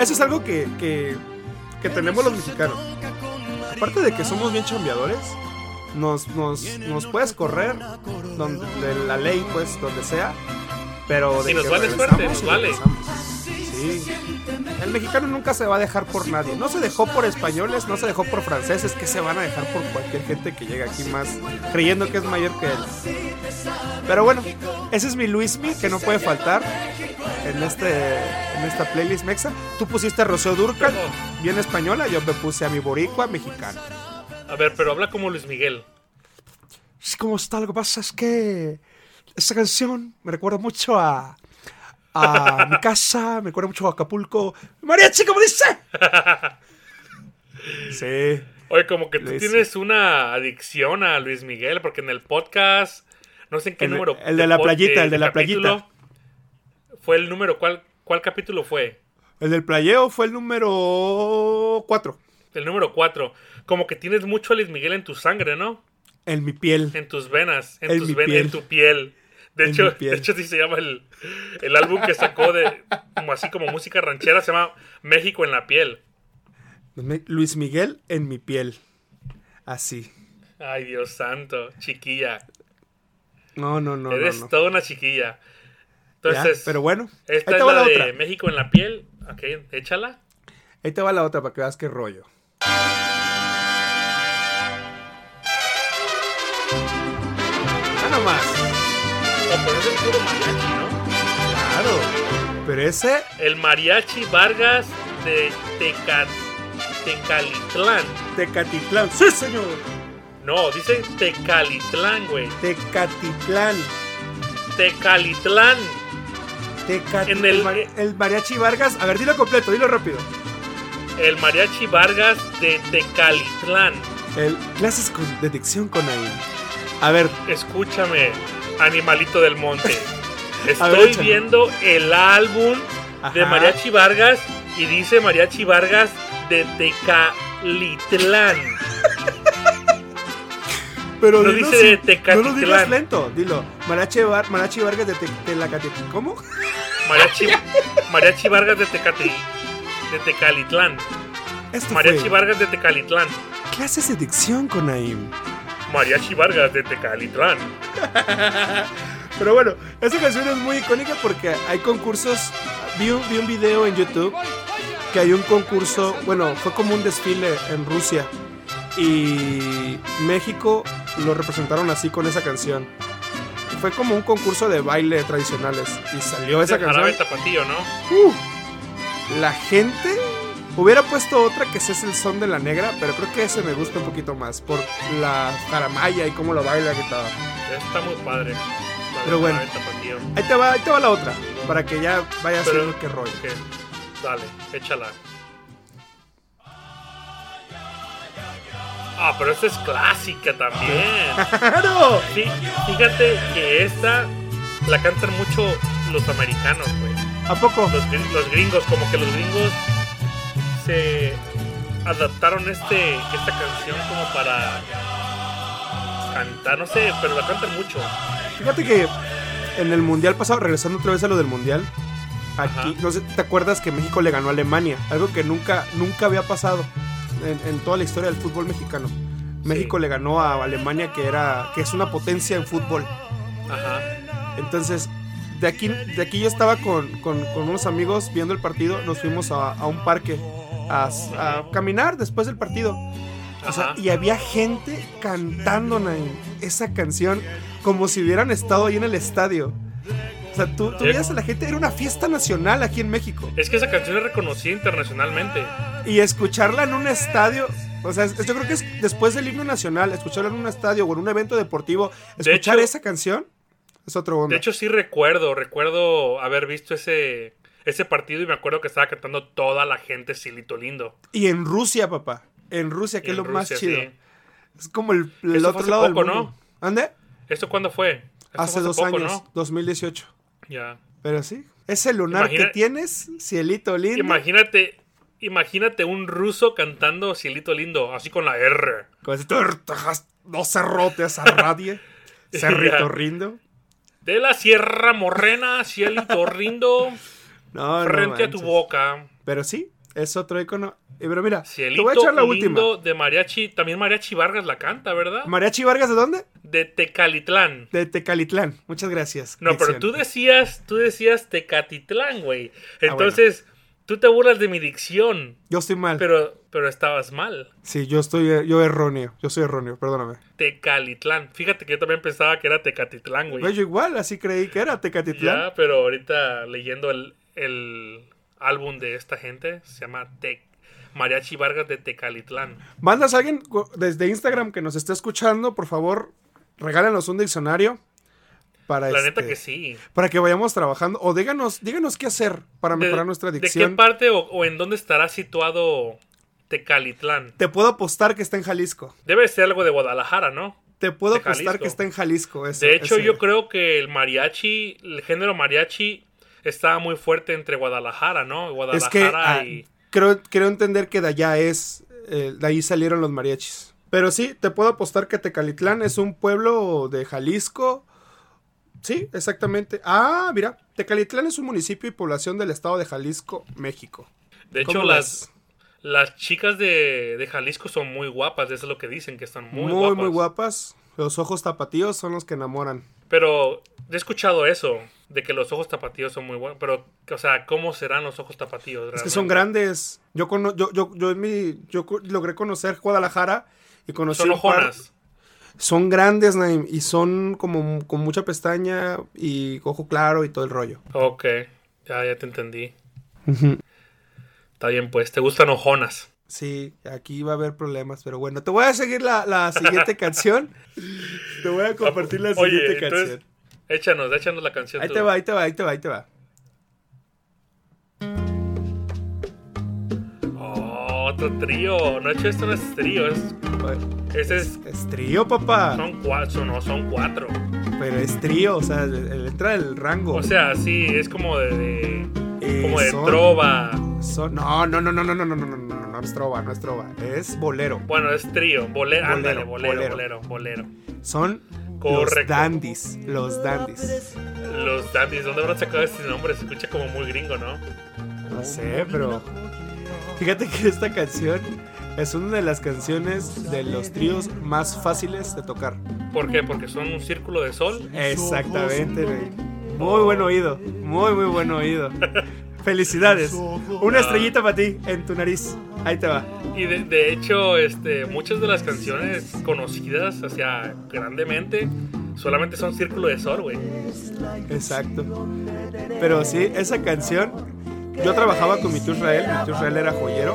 Eso es algo que, que, que tenemos los mexicanos. Aparte de que somos bien chambeadores, nos, nos, nos puedes correr donde, de la ley, pues, donde sea. Pero de
Si nos
que
vale
regresamos,
suerte, nos
y
vale.
regresamos. Sí. El mexicano nunca se va a dejar por nadie. No se dejó por españoles, no se dejó por franceses, que se van a dejar por cualquier gente que llegue aquí más creyendo que es mayor que él. Pero bueno, ese es mi Luismi que no puede faltar en este en esta playlist mexa. Tú pusiste a Rocío Durcal, bien española, yo me puse a mi boricua mexicana.
A ver, pero habla como Luis Miguel.
Es como está, lo que pasa es que esta canción me recuerda mucho a, a mi casa, me recuerda mucho a Acapulco. ¡Mariachi, como dice! Sí.
Oye, como que tú
Luis.
tienes una adicción a Luis Miguel, porque en el podcast, no sé en qué
El-
número.
el de la
pod-
playita, el de la
capítulo, Fue el número, ¿cuál, ¿cuál capítulo fue?
El del playeo fue el número 4.
El número 4. Como que tienes mucho a Luis Miguel en tu sangre, ¿no?
En mi piel.
En tus venas, en,
En
tus
mi
venas, en
piel.
tu piel. De
En
hecho,
mi piel.
de hecho, así se llama el, el álbum que sacó de como así como música ranchera, se llama México en la piel.
Me- Luis Miguel en mi piel. Así.
Ay, Dios santo, chiquilla.
No, no, no, no.
Eres
no.
toda una chiquilla.
Ya,
Entonces,
pero bueno, ahí
esta
te
es
va
la,
la
de
otra.
México en la piel. Ok, échala.
Ahí te va la otra para que veas qué rollo. Ah, Ya nomás.
No, pero es el puro mariachi,
Claro. Pero ese,
¿no? El mariachi Vargas de Teca- Tecalitlán.
Tecatitlán. Sí, señor.
No, dice Tecalitlán, güey.
Tecatitlán.
Tecalitlán.
Tecatitlán.
En el-
el, mari- el mariachi Vargas. A ver, dilo completo, dilo rápido.
El mariachi Vargas de Tecalitlán.
El clases con, de dicción con ahí. A ver,
Escúchame, animalito del monte.
A
Estoy
ver, échale.
viendo el álbum de
Ajá.
Mariachi Vargas y dice Mariachi Vargas de Tecalitlán.
pero
No
dilo
dice
sin-
de
No lo digas
Tecatitlán.
lento, dilo. Mariachi, Var- mariachi Vargas de Tecatitlán. ¿Cómo?
Mariachi, mariachi Vargas de Tecati, de Tecalitlán.
Esto
Mariachi
fue
Vargas de Tecalitlán.
clases de dicción con Naim.
Mariachi Vargas de Tecalitlán.
Pero bueno, esta canción es muy icónica porque hay concursos. Vi un, vi un video en YouTube que hay un concurso, bueno, fue como un desfile en Rusia y México lo representaron así con esa canción. Fue como un concurso de baile tradicionales y salió esa
De Jarabe
canción.
Tapatío, ¿no?
¡Uf! la gente hubiera puesto otra que ese es el son de la negra, pero creo que ese me gusta un poquito más por la jaramaya y cómo lo baila que todo.
Está muy padre. la de
Pero bueno.
Jarabe Tapatío.
Ahí te va, ahí te va la otra, para que ya vayas
Pero-
viendo qué rollo.
Ok, Dale, échala. Ah, pero esta es clásica también.
¡Claro!
Sí, fíjate que esta la cantan mucho los americanos, güey.
¿A poco?
Los, gr- los gringos, como que los gringos se adaptaron este esta canción como para cantar, no sé, pero la cantan mucho.
Fíjate que en el mundial pasado, regresando otra vez a lo del mundial,
Ajá.
aquí, no sé, ¿te acuerdas que México le ganó a Alemania? Algo que nunca, nunca había pasado en, en toda la historia del fútbol mexicano. México le ganó a Alemania, que era, que es una potencia en fútbol.
Ajá.
Entonces, de aquí, de aquí yo estaba con, con- con unos amigos viendo el partido, nos fuimos a, a un parque a, a caminar después del partido. O sea,
Ajá.
y había gente cantando Naim, esa canción como si hubieran estado ahí en el estadio. O sea, tú, tú
Bien.
veías a la gente, era una fiesta nacional aquí en México.
Es que esa canción es reconocida internacionalmente.
Y escucharla en un estadio, o sea, es- yo creo que es después del himno nacional, escucharla en un estadio o en un evento deportivo,
De
escuchar
hecho-
esa canción es otro onda.
De hecho, sí recuerdo, recuerdo haber visto ese, ese partido y me acuerdo que estaba cantando toda la gente Silito Lindo.
Y en Rusia, papá. En Rusia,
Y
que es
en
lo más
Rusia,
chido.
sí.
Es como el, el
Eso
otro
fue hace
lado
poco,
del mundo. ¿Ande?
¿Esto cuándo fue? Esto
Hace
fue
dos
poco,
años,
¿no?
2018.
Ya.
Pero sí. Ese lunar
Imagina-
que tienes, cielito lindo.
Imagínate, imagínate un ruso cantando Silito Lindo, así con la R.
Con ese tortajas, no se rote esa radio.
Ya.
Cerrito rindo.
De la Sierra Morrena, cielito rindo,
Ah, No, no
frente a tu
manches.
boca.
Pero sí, es otro icono. Eh, Pero mira, te
Cielito
voy a echar la
lindo
última.
de Mariachi. También Mariachi Vargas la canta, ¿verdad?
Mariachi Vargas, ¿de dónde?
De Tecalitlán.
De Tecalitlán. Muchas gracias.
No, pero
Dicción.
tú decías, tú decías Tecatitlán, güey.
Ah, bueno.
Entonces, tú te burlas de mi dicción,
Yo estoy mal.
pero, pero estabas mal.
Sí, yo estoy, yo erróneo. Yo soy erróneo, perdóname.
Tecalitlán. Fíjate que yo también pensaba que era Tecatitlán,
Güey,
güey.
Yo igual, así creí que era Tecatitlán.
Ya, pero ahorita leyendo el, el álbum de esta gente, se llama Tec Mariachi Vargas de Tecalitlán.
Mandas a alguien cu- desde Instagram que nos esté escuchando, por favor, regálanos un diccionario. Para
La
este-
neta que sí.
Para que vayamos trabajando. O díganos, díganos qué hacer para
¿De-
mejorar nuestra
¿De qué
dicción.
parte o, o en dónde estará situado Tecalitlán?
Te puedo apostar que está en Jalisco.
Debe ser algo de Guadalajara, ¿no?
Te puedo
De
apostar
Jalisco.
que está en Jalisco. ese-
De hecho,
ese-
yo creo que el mariachi, el género mariachi, estaba muy fuerte entre Guadalajara, ¿no?
Es que
Guadalajara
ah,
y.
creo, creo entender que de allá es. eh, de ahí salieron los mariachis. Pero sí, te puedo apostar que Tecalitlán es un pueblo de Jalisco. Sí, exactamente. Ah, mira, Tecalitlán es un municipio y población del estado de Jalisco, México.
De
¿Cómo ves?
hecho, las, las chicas de, de Jalisco son muy guapas, eso es lo que dicen, que están muy,
muy,
guapas.
muy guapas. Los ojos tapatíos son los que enamoran.
Pero he escuchado eso, de que los ojos tapatíos son muy buenos. Pero, o sea, ¿cómo serán los ojos tapatíos?
Es que son
realmente?
grandes. Yo, cono- yo, yo, yo, en mi- yo co- logré conocer Guadalajara y conocí
Son
un par-
ojonas.
Son grandes, Naim, y son como con mucha pestaña y ojo claro y todo el rollo.
Ok, ya, ya te entendí. Está bien, pues, te gustan ojonas.
Sí, aquí va a haber problemas, pero bueno, te voy a seguir la, la siguiente canción. Te voy a compartir la
Oye,
siguiente
entonces,
canción.
Échanos, échanos la canción.
Ahí
tú.
te va, ahí te va, ahí te va, ahí te va.
Oh, otro trío. No, de hecho, esto no es trío. Es, ese es,
Es trío, papá.
son cuatro, no, son cuatro.
Pero es trío, o sea, le- le entra el rango.
O sea, sí, es como de, de-
Eh,
como de
son-
trova.
son- no, no, no, no, no, no, no, no, no, no, no es trova, no es trova, es bolero.
Bueno, es trío. Bolero,
Bolero,
ándale, bolero,
bolero.
bolero, bolero.
Son los
Correcto.
dandies, los dandies.
Los dandies, ¿dónde habrán sacado este nombre? Se escucha como muy gringo, ¿no?
No sé, pero. Fíjate que esta canción es una de las canciones de los tríos más fáciles de tocar.
¿Por qué? Porque son un círculo de sol.
Exactamente, güey. Muy buen oído. Muy, muy buen oído. Felicidades. Una estrellita para ti en tu nariz. Ahí te va.
Y de, de hecho, este, muchas de las canciones conocidas, o sea, grandemente, solamente son círculo de sol, güey.
Exacto. Pero sí, esa canción. Yo trabajaba con mi tío Israel. Mi tío Israel era joyero.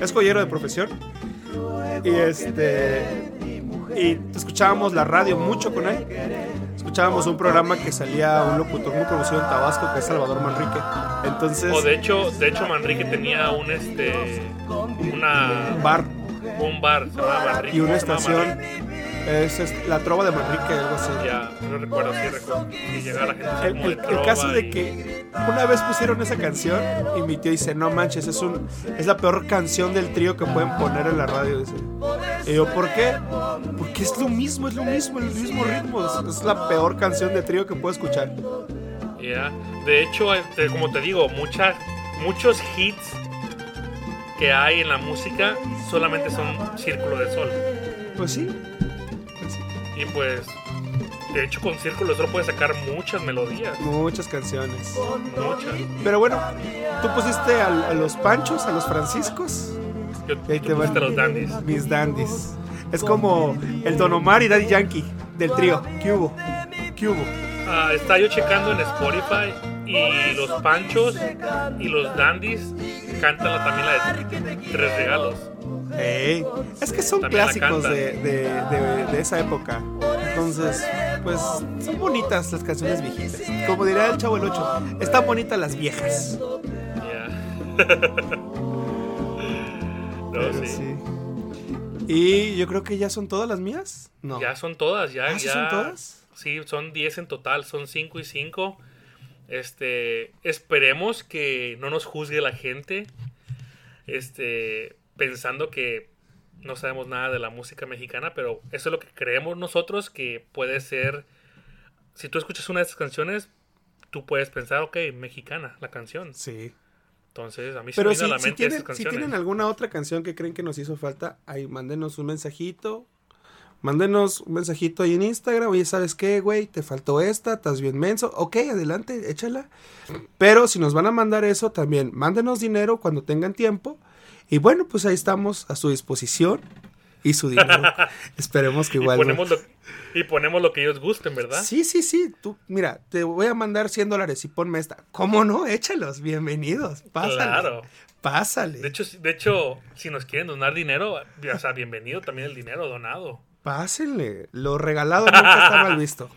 Es joyero de profesión. Y este. Y escuchábamos la radio mucho con él. Escuchábamos un programa que salía un locutor muy conocido en Tabasco, que es Salvador Manrique. Entonces,
O de hecho, de hecho Manrique tenía un este una
un bar
un bar, se llamaba Manrique.
y una
se llamaba
estación.
Manrique.
Es, es la trova de Manrique, algo así.
Ya, no recuerdo si recuerdo. Y llegaba la gente así
El,
como
el- el
trova
caso de
y-
que una vez pusieron esa canción y mi tío dice, no manches, es, un, es la peor canción del trío que pueden poner en la radio. Dice. Y yo, ¿por qué? Porque es lo mismo, es lo mismo, el mismo ritmo. Es, es la peor canción de trío que puedo escuchar.
ya. De hecho, este, como te digo, muchas muchos hits que hay en la música solamente son Círculo de Sol.
Pues sí. Pues sí.
Y pues de hecho con Círculo de Sol puedes sacar muchas melodías,
Muchas canciones.
muchas.
Pero bueno, tú pusiste al- a los Panchos, a los Franciscos,
Yo
Y ahí te
tú
van.
pusiste los dandies.
mis dandies. Es como el Don Omar y Daddy Yankee del trío. ¿Qué hubo? ¿Qué hubo?
Ah, estaba yo checando en Spotify y los panchos y los dandies cantan la, también la de Tres Regalos.
Ey, es que son
También la
clásicos
cantan.
de, de- de- de esa época. Entonces, pues son bonitas las canciones viejitas. Como dirá el chavo el 8, están bonitas las viejas.
Ya. no,
Pero
sí.
sí. Y yo creo que ya son todas las mías. No.
Ya son todas, ya,
Ah, ¿sí
ya.
son todas?
Sí, son 10 en total, son 5 y 5. Este, esperemos que no nos juzgue la gente. Este, pensando que no sabemos nada de la música mexicana, pero eso es lo que creemos nosotros que puede ser si tú escuchas una de estas canciones, tú puedes pensar, ok, mexicana la canción.
Sí.
Entonces, a mí
Pero
se
si,
me viene a la
si
mente
tienen,
esas
si
canciones.
tienen alguna otra canción que creen que nos hizo falta, ahí mándenos un mensajito. Mándenos un mensajito ahí en Instagram. Oye, ¿sabes qué, güey? Te faltó esta, estás bien menso. Ok, adelante, échala. Pero si nos van a mandar eso, también mándenos dinero cuando tengan tiempo. Y bueno, pues ahí estamos a su disposición y su dinero. Esperemos que
Y
igual. ¿no?
ponemos, lo, y ponemos lo que ellos gusten, ¿verdad?
Sí, sí, sí. Tú, mira, te voy a mandar 100 dólares y ponme esta. ¿Cómo no? Échalos. Bienvenidos. Pásale.
Claro.
Pásale.
De hecho, si- de hecho, si nos quieren donar dinero, o sea, bienvenido también el dinero donado.
Pásenle. Lo regalado nunca está mal visto.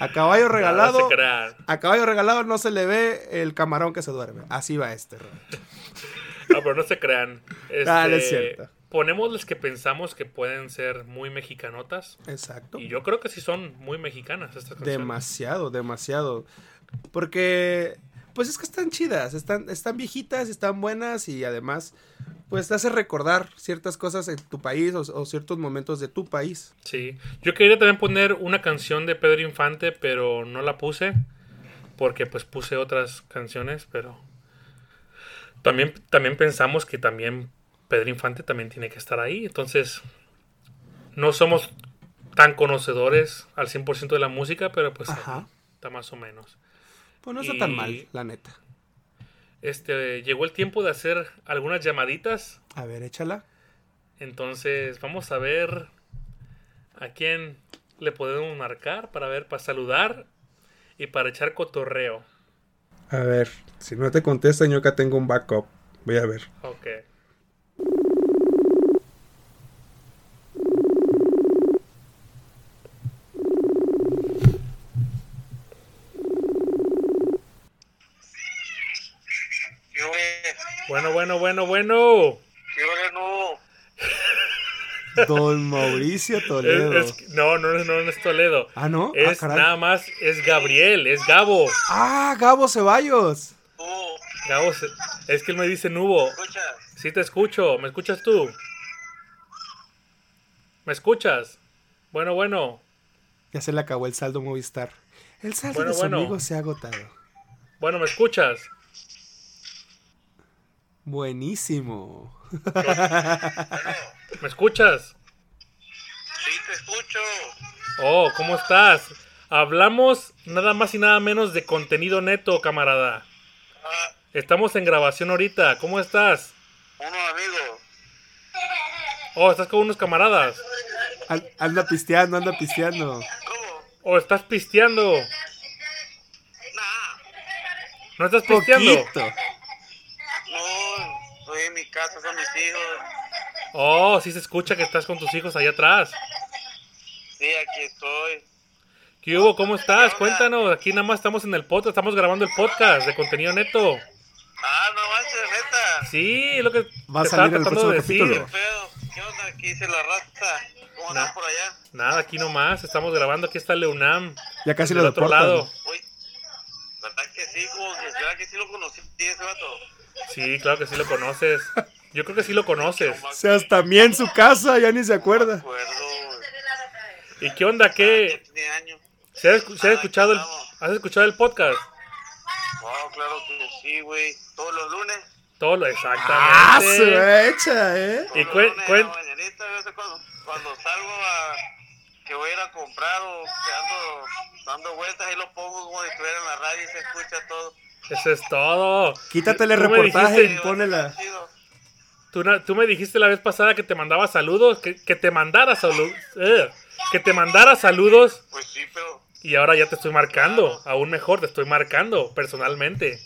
A caballo
No
regalado.
se crean.
A caballo regalado no se le ve el camarón que se duerme. Así va este. Robert.
No, pero no se crean.
Ah, no es
Este,
cierto.
Ponemos las que pensamos que pueden ser muy mexicanotas.
Exacto.
Y yo creo que sí son muy mexicanas estas canciones.
Demasiado, demasiado. Porque, pues es que están chidas, están, están viejitas, están buenas y además, pues te hace recordar ciertas cosas en tu país o, o ciertos momentos de tu país.
Sí. Yo quería también poner una canción de Pedro Infante, pero no la puse. Porque pues puse otras canciones, pero. También, también pensamos que también Pedro Infante también tiene que estar ahí. Entonces, no somos tan conocedores al 100% de la música, pero pues
Ajá.
está más o menos.
Pues no está tan
Y-
mal, la neta.
Este, llegó el tiempo de hacer algunas llamaditas.
A ver, échala.
Entonces, vamos a ver a quién le podemos marcar para ver, para saludar y para echar cotorreo.
A ver, si no te contestan, yo acá tengo un backup. Voy a ver.
Ok.
¿Qué hora?
Bueno, bueno, bueno, bueno.
¿Qué hora no?
Don Mauricio Toledo.
Es- es- no, no, no, no es Toledo.
Ah, ¿no? Ah,
Es
caray.
nada más, es Gabriel, es Gabo.
Ah, Gabo Ceballos.
Tú,
Gabo, se- es que él me dice Nubo.
escucha,
Sí te escucho, ¿me escuchas tú? ¿Me escuchas? Bueno, bueno,
Ya se le acabó el saldo Movistar. El saldo
Bueno,
de su
bueno.
amigo se ha agotado.
bueno, ¿me escuchas?
Buenísimo.
¿Me escuchas?
sí te escucho.
Oh, ¿cómo estás? Hablamos nada más y nada menos de contenido neto, camarada.
Ah,
Estamos en grabación ahorita, ¿cómo estás?
unos amigos.
Oh, estás con unos camaradas.
An- Anda pisteando, anda pisteando.
¿Cómo?
Oh, estás pisteando.
Nah,
¿No estás pisteando?
Poquito.
no, estoy en mi casa, son mis hijos.
Oh, sí se escucha que estás con tus hijos allá atrás.
Sí, aquí estoy.
¿Qué hubo? ¿Cómo estás? Cuéntanos. Aquí nada más estamos en el podcast, estamos grabando el podcast de contenido neto.
Ah, no manches, neta.
Sí, es lo que
Va a
te
salir en el
tratando de
próximo
decir.
¿Qué pedo? ¿Qué onda? Aquí dice la raza. ¿Cómo
Nah.
andan por allá?
Nada, aquí nomás, estamos grabando, aquí está Leunam.
Ya casi
del
lo
otro
deportan.
lado.
Uy, ¿verdad que sí? Como que, ¿Verdad que sí lo conocí ese vato?
Sí, claro que sí lo conoces. Yo creo que sí lo conoces.
O sea, hasta a mí en su casa, ya ni se
Me
acuerda.
acuerdo. güey.
¿Y qué onda? ¿Qué?
Ya tiene años.
¿Se ha, escu- se ha
Ah,
escuchado el,
aquí estamos.
¿Has escuchado el podcast?
No, claro que sí, güey. Todos los lunes.
Todo lo
Ah, se
exactamente.
me echa, ¿eh?
Y
Y
cuen- cuen-
cuando, cuando salgo a que voy a ir a comprar o que ando dando vueltas ahí lo pongo como si estuviera en la radio y se escucha todo. Pues
Eso es todo.
Quítate el
Tú me
reportaje
dijiste-
y ponela.
Chido.
Tú, na- tú me dijiste la vez pasada que te mandaba saludos, que, que te mandara saludos. que te mandara saludos
Pues sí, pero
y ahora ya te estoy marcando. Aún mejor, te estoy marcando personalmente.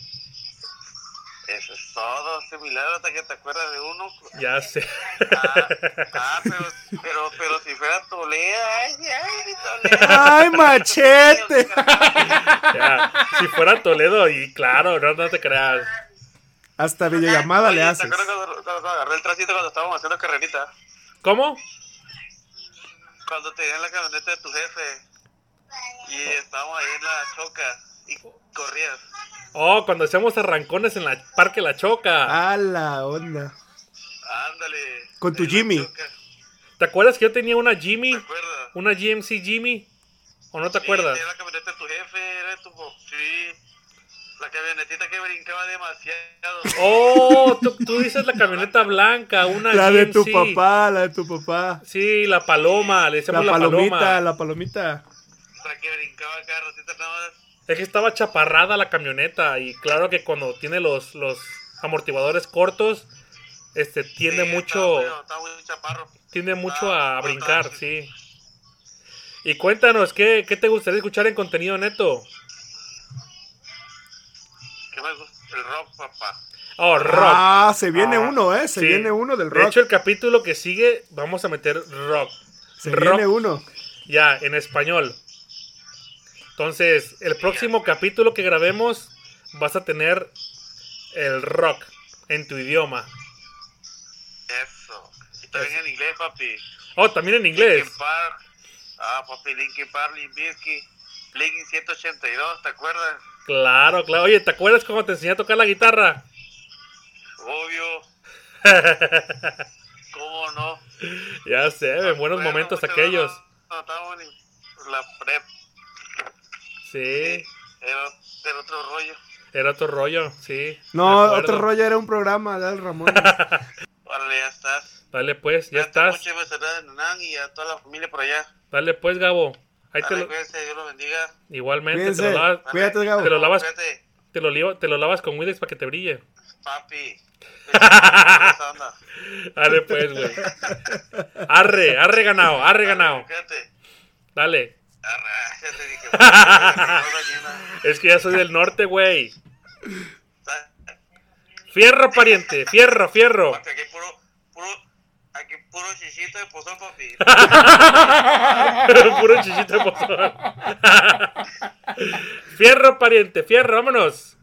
eso es todo, similar hasta que te acuerdas de uno.
Ya sé.
Ah, ah, pero, pero, pero si fuera Tolea, ay, ay, mi Tolea.
¡Ay, machete!
Ya, Si fuera Toledo, y claro, no, no te creas.
Hasta videollamada
Oye,
le
¿Te
haces.
acuerdas cuando, cuando agarré el tracito cuando estábamos haciendo carrerita?
¿Cómo?
Cuando te dieron la camioneta de tu jefe y estábamos ahí en la choca y corrías.
Oh, cuando hacíamos arrancones en la Parque La Choca.
A la onda.
Ándale.
Con tu
En la
Jimmy.
choca,
¿Te acuerdas que yo tenía una Jimmy?
¿Te acuerdas?
Una GMC Jimmy. ¿O no te acuerdas?
Era la camioneta de tu jefe, era tu... Sí, la camionetita que brincaba demasiado.
Oh, tú, tú dices la camioneta blanca, una
La de tu
GMC.
papá, la de tu papá.
Sí, la paloma, le
La
decíamos la,
palomita,
paloma.
la palomita.
La que brincaba cada ratito nada más.
Es que estaba chaparrada la camioneta y claro que cuando tiene los, los amortiguadores cortos, este tiende
Sí,
mucho,
Estaba, feo, estaba muy chaparro.
tiende mucho
estaba
a
muy
brincar,
fácil.
sí. Y cuéntanos, ¿qué, qué te gustaría escuchar en contenido neto?
¿Qué me gusta? El rock, papá.
Oh, rock.
Ah, se viene
Ah,
uno, ¿eh? Se
sí.
viene uno del
De
rock.
hecho, el capítulo que sigue, vamos a meter rock.
se
rock.
viene uno.
Ya, en español. Entonces, el próximo capítulo que grabemos vas a tener el rock en tu idioma.
Eso. Y también en inglés, papi.
Oh, también en inglés.
Linkin Park. Ah, papi, Linkin Park, Limbisky. Linkin 182, ¿te acuerdas?
Claro, claro. Oye, ¿te acuerdas cómo te enseñé a tocar la guitarra?
Obvio. ¿Cómo no?
ya sé, en buenos
Ah, Bueno,
momentos
muchachos,
aquellos.
No, no, estábamos en la prep.
Sí,
Era, era otro rollo.
era otro rollo, sí.
No,
me acuerdo.
otro rollo era un programa de Al Ramón.
Órale, ya estás.
Dale pues, ya
Cuídate
estás.
Mucho y felicidades a Hernán y a toda la familia por allá.
Dale pues, Gabo. Ahí te
Dale,
lo-
cuídense, Dios los bendiga.
Igualmente, te
Cuídense,
lo, lavas,
cuídate,
te lo
Gabo.
lavas,
Cuídate,
te lo, lio- te lo lavas con Windex para que te brille.
papi. Esa onda.
Dale pues, güey. Arre, arre ganado, arre ganado.
Cuídate.
Dale.
Arra, ya te dije. Bueno,
Es que ya soy del norte, güey.
Dale,
Fierro, pariente. Fierro, fierro.
papi, Aquí puro, puro, aquí puro chichito de pozón, papi.
Puro chichito de pozón. fierro, pariente. Fierro, vámonos.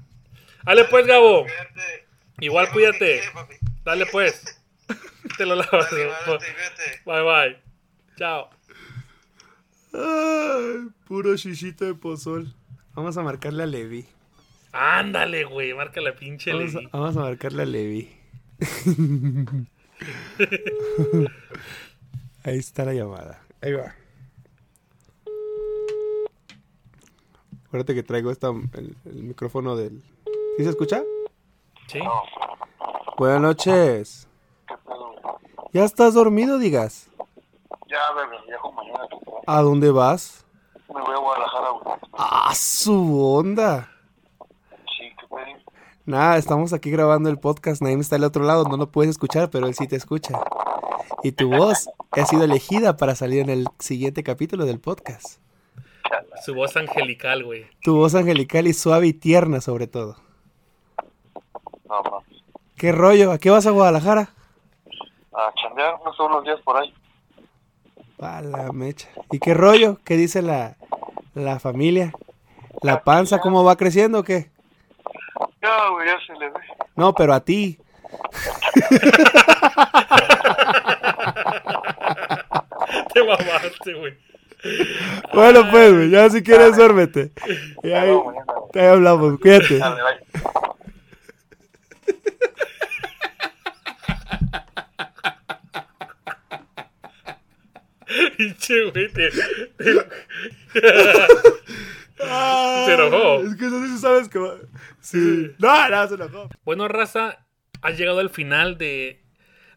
Dale pues, Gabo.
Cuídate.
Igual
Haz lo que
cuídate.
quieras, papi.
Dale pues. Te lo lavas.
Dale, cuídate, cuídate.
Bye, bye. Chao.
Ay, puro chichito de pozol. Vamos a marcarle a Levi.
Ándale, güey. Marca la pinche
Vamos a,
Levi.
vamos a marcarle a Levi. Ahí está la llamada. Ahí va. Acuérdate que traigo esta, el, el micrófono del... ¿Sí se escucha?
Sí.
Ah,
Buenas noches. ¿Ya estás dormido, digas?
Ya, bebé, viajo mañana.
¿A dónde vas?
Me voy a Guadalajara, güey.
¡Ah, su onda!
Sí, qué pedo.
Nada, estamos aquí grabando el podcast. Naim está al otro lado, no lo puedes escuchar, pero él sí te escucha. Y tu voz ha sido elegida para salir en el siguiente capítulo del podcast.
Su voz angelical, güey.
Tu voz angelical y suave y tierna, sobre todo.
No, no.
¿Qué rollo? ¿A qué vas a Guadalajara?
A chambear unos unos días por ahí.
A la mecha. ¿Y qué rollo? ¿Qué dice la, la familia? ¿La panza cómo va creciendo o qué?
Ya, güey, ya se le ve.
No, pero a ti.
Te mamaste, güey.
Bueno, pues, güey, ya si quieres, duérmete. Y ahí, ahí hablamos, cuídate.
Dale, bye.
Pinche güey, te, te- Se enojó.
Ah, Es que no sé si sabes que va- Sí. No, no, se enojó.
Bueno, raza, ha llegado al final de,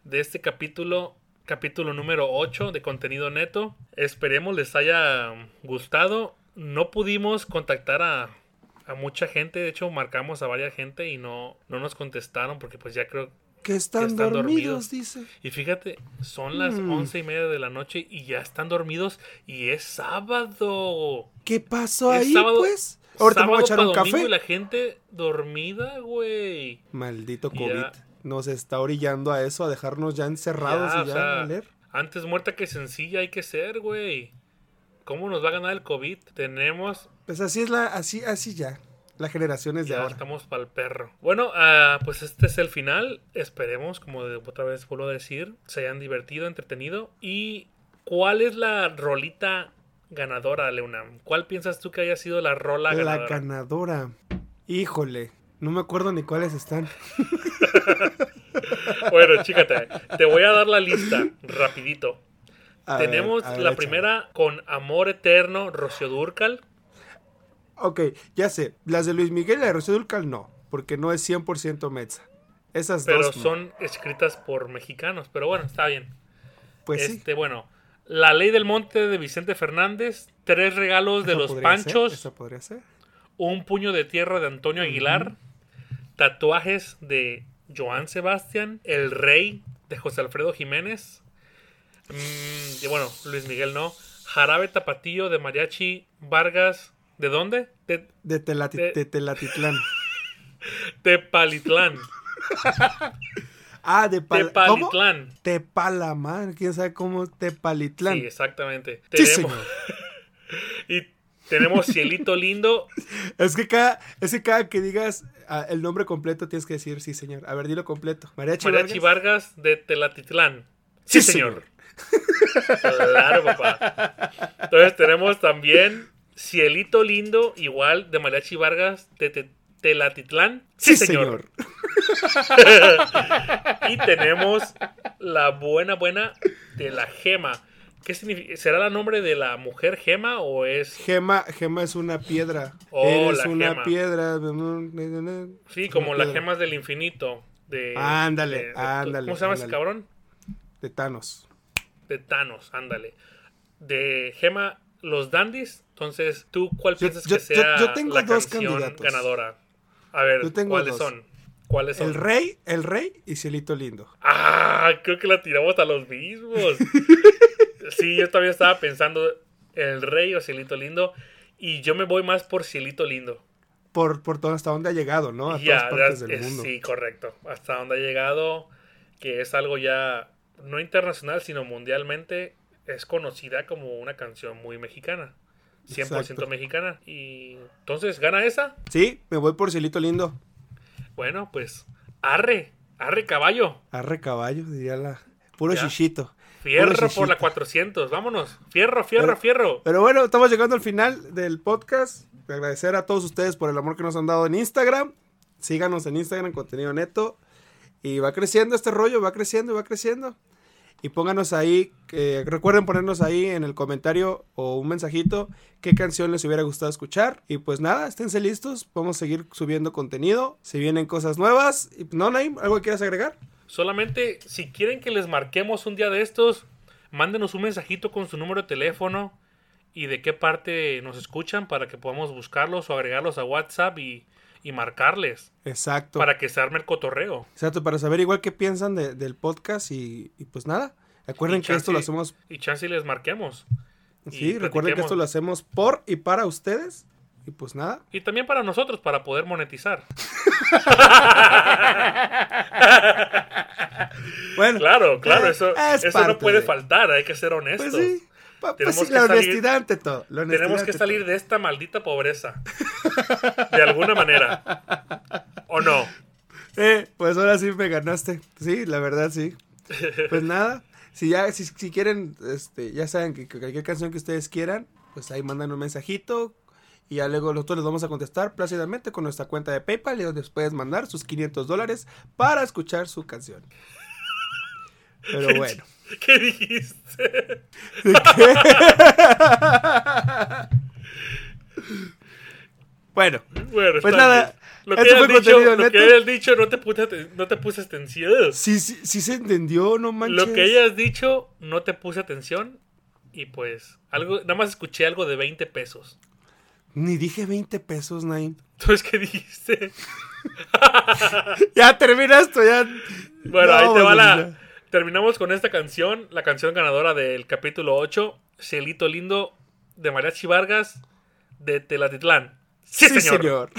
de este capítulo, capítulo número 8 de contenido neto. Esperemos les haya gustado. No pudimos contactar a, a mucha gente, de hecho marcamos a varias gente y no, no nos contestaron porque pues ya creo...
Que están,
Que están dormidos.
dormidos, dice.
Y fíjate, son las
Mm.
once y media de la noche y ya están dormidos y es sábado.
¿Qué pasó
Es
ahí,
sábado-
pues? Ahorita me voy a
sábado
echar
pa'
un
domingo
café.
y la gente dormida, güey.
Maldito
Ya.
COVID. Nos está orillando a eso, a dejarnos ya encerrados
Ya,
y
o
ya
sea,
a leer.
Antes muerta que sencilla hay que ser, güey. ¿Cómo nos va a ganar el COVID? Tenemos...
Pues así es la, así, así ya. Las generaciones de
Ya
ahora.
estamos para el perro. Bueno, ah, pues este es el final. Esperemos, como de- otra vez vuelvo a decir, se hayan divertido, entretenido. ¿Y cuál es la rolita ganadora, Leonam? ¿Cuál piensas tú que haya sido la rola
La
ganadora?
ganadora. Híjole. No me acuerdo ni cuáles están.
Bueno, chícate, te voy a dar la lista rapidito.
A ver,
Tenemos
a ver,
la
échale.
primera con Amor Eterno, Rocío Durcal.
Ok, ya sé. Las de Luis Miguel y la de Rocío Dúrcal no, porque no es 100% Mexa. Esas
Pero
dos. no.
son escritas por mexicanos. Pero bueno, está bien.
Pues
este, bueno. La ley del monte de Vicente Fernández. Tres regalos
sí.
de
esa
los
podría
panchos.
ser, esa podría ser.
Un puño de tierra de Antonio Aguilar. Tatuajes de Joan Sebastián. El rey de José Alfredo Jiménez. mm, y bueno, Luis Miguel no. Jarabe Tapatío de Mariachi Vargas. ¿De dónde? De
De, Telati-
De-
de Telatitlán.
Tepalitlán.
Ah, de Pal- ¿cómo?
Tepalitlán.
Tepalamar, quién sabe cómo Tepalitlán.
Sí, exactamente.
Sí,
Tenemos-
señor.
y tenemos Cielito Lindo.
Es que cada, es que cada que digas ah, el nombre completo tienes que decir sí, señor. A ver, dilo completo. Mariachi,
Mariachi
Vargas.
Vargas de Telatitlán.
Sí,
Sí, señor. Claro, papá. Entonces tenemos también Cielito Lindo, igual de Mariachi Vargas de Te- Telatitlán. Sí, señor. Y tenemos la buena, buena de la gema. ¿Qué significa? ¿Será la nombre de la mujer gema o es.?
Gema, gema es una piedra.
Oh,
Eres
la
una
gema.
piedra.
Sí, como las
piedra.
gemas del infinito. De,
Ándale,
de- de-
ándale,
¿Cómo se llama
ándale.
ese cabrón?
De Thanos.
de Thanos, ándale. De Gema, los Dandies. Entonces, ¿tú cuál piensas
yo-
que
yo-
sea
yo tengo
la
dos
canción
candidatos.
ganadora? A ver,
Yo tengo
¿cuáles
dos.
son? ¿Cuáles son?
El rey, el rey y Cielito Lindo.
Ah, creo que la tiramos a los mismos. sí, yo también estaba pensando el rey o Cielito Lindo. Y yo me voy más por Cielito Lindo.
Por, por todo hasta dónde ha llegado, ¿no? A
Ya,
todas partes
ya,
del
eh,
mundo.
Sí, correcto. Hasta donde ha llegado, que es algo ya no internacional, sino mundialmente, es conocida como una canción muy mexicana. 100%
Exacto.
mexicana. Y entonces, ¿gana esa?
Sí, me voy por Cielito Lindo.
Bueno, pues, arre, arre caballo.
Arre caballo, diría la. Puro
Ya.
chichito.
Fierro
chichito.
por la 400, vámonos. Fierro, fierro,
Pero-
fierro.
Pero bueno, estamos llegando al final del podcast. Agradecer a todos ustedes por el amor que nos han dado en Instagram. Síganos en Instagram, contenido neto. Y va creciendo este rollo, va creciendo y va creciendo. Y pónganos ahí, eh, recuerden ponernos ahí en el comentario o un mensajito qué canción les hubiera gustado escuchar. Y pues nada, esténse listos, vamos a seguir subiendo contenido. Se vienen cosas nuevas. Y, no, Naim, ¿algo que quieras agregar?
Solamente si quieren que les marquemos un día de estos, mándenos un mensajito con su número de teléfono y de qué parte nos escuchan para que podamos buscarlos o agregarlos a WhatsApp y, y marcarles
Exacto.
para que se arme el cotorreo.
Exacto, para saber igual qué piensan de- del podcast y, y pues nada. Recuerden
Y
que esto
chance-
lo hacemos
Y chance y les marquemos. y
Sí, recuerden que
platiquemos.
esto lo hacemos por y para ustedes. Y pues nada.
Y también para nosotros, para poder monetizar.
Bueno,
Claro, claro,
eh,
eso,
es
eso no
parte
puede
de-
faltar, hay que ser honestos.
Pues sí, pa- pues
Tenemos
sí,
que
la
salir-
honestidad ante todo. la honestidad
Tenemos que
ante
salir de esta maldita pobreza. De alguna manera. ¿O no?
todo. Eh, pues ahora sí me ganaste. Sí, la verdad sí. Pues nada, si ya si, si quieren, este, ya saben que que cualquier canción que ustedes quieran, pues ahí mandan un mensajito. Y ya luego nosotros les vamos a contestar plácidamente con nuestra cuenta de PayPal y donde puedes mandar sus 500 dólares para escuchar su canción. Pero bueno.
¿Qué dijiste?
Bueno,
Bueno,
Pues
está
nada,
bien. Lo,
esto
que
fue
hayas, dicho,
contenido
lo que
neto.
hayas dicho no te puse, aten- no te puse atención.
sí, sí, sí se entendió, no manches.
Lo que hayas dicho no te puse atención. Y pues, algo, nada más escuché algo de 20 pesos.
Ni dije 20 pesos, Naim.
Entonces, ¿qué dijiste?
Ya terminaste, ya.
Bueno,
No,
ahí te va
pues,
la.
ya.
Terminamos con esta canción, la canción ganadora del capítulo 8, Cielito Lindo, de Mariachi Vargas, de Telatitlán. Sí,
Sí,
señor.
señor.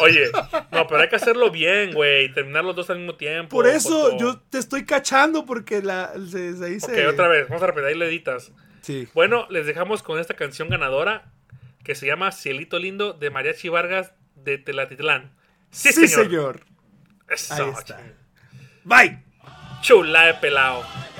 Oye, no, pero hay que hacerlo bien, güey. Terminar los dos al mismo tiempo.
Por eso
Joto.
yo te estoy cachando porque la se, se
Ok,
dice.
otra vez, vamos a repetir, ahí le editas.
Sí.
Bueno, les dejamos con esta canción ganadora que se llama Cielito Lindo de Mariachi Vargas de Telatitlán. Sí, señor.
señor.
Eso,
Ahí está. Bye.
Chula de pelao.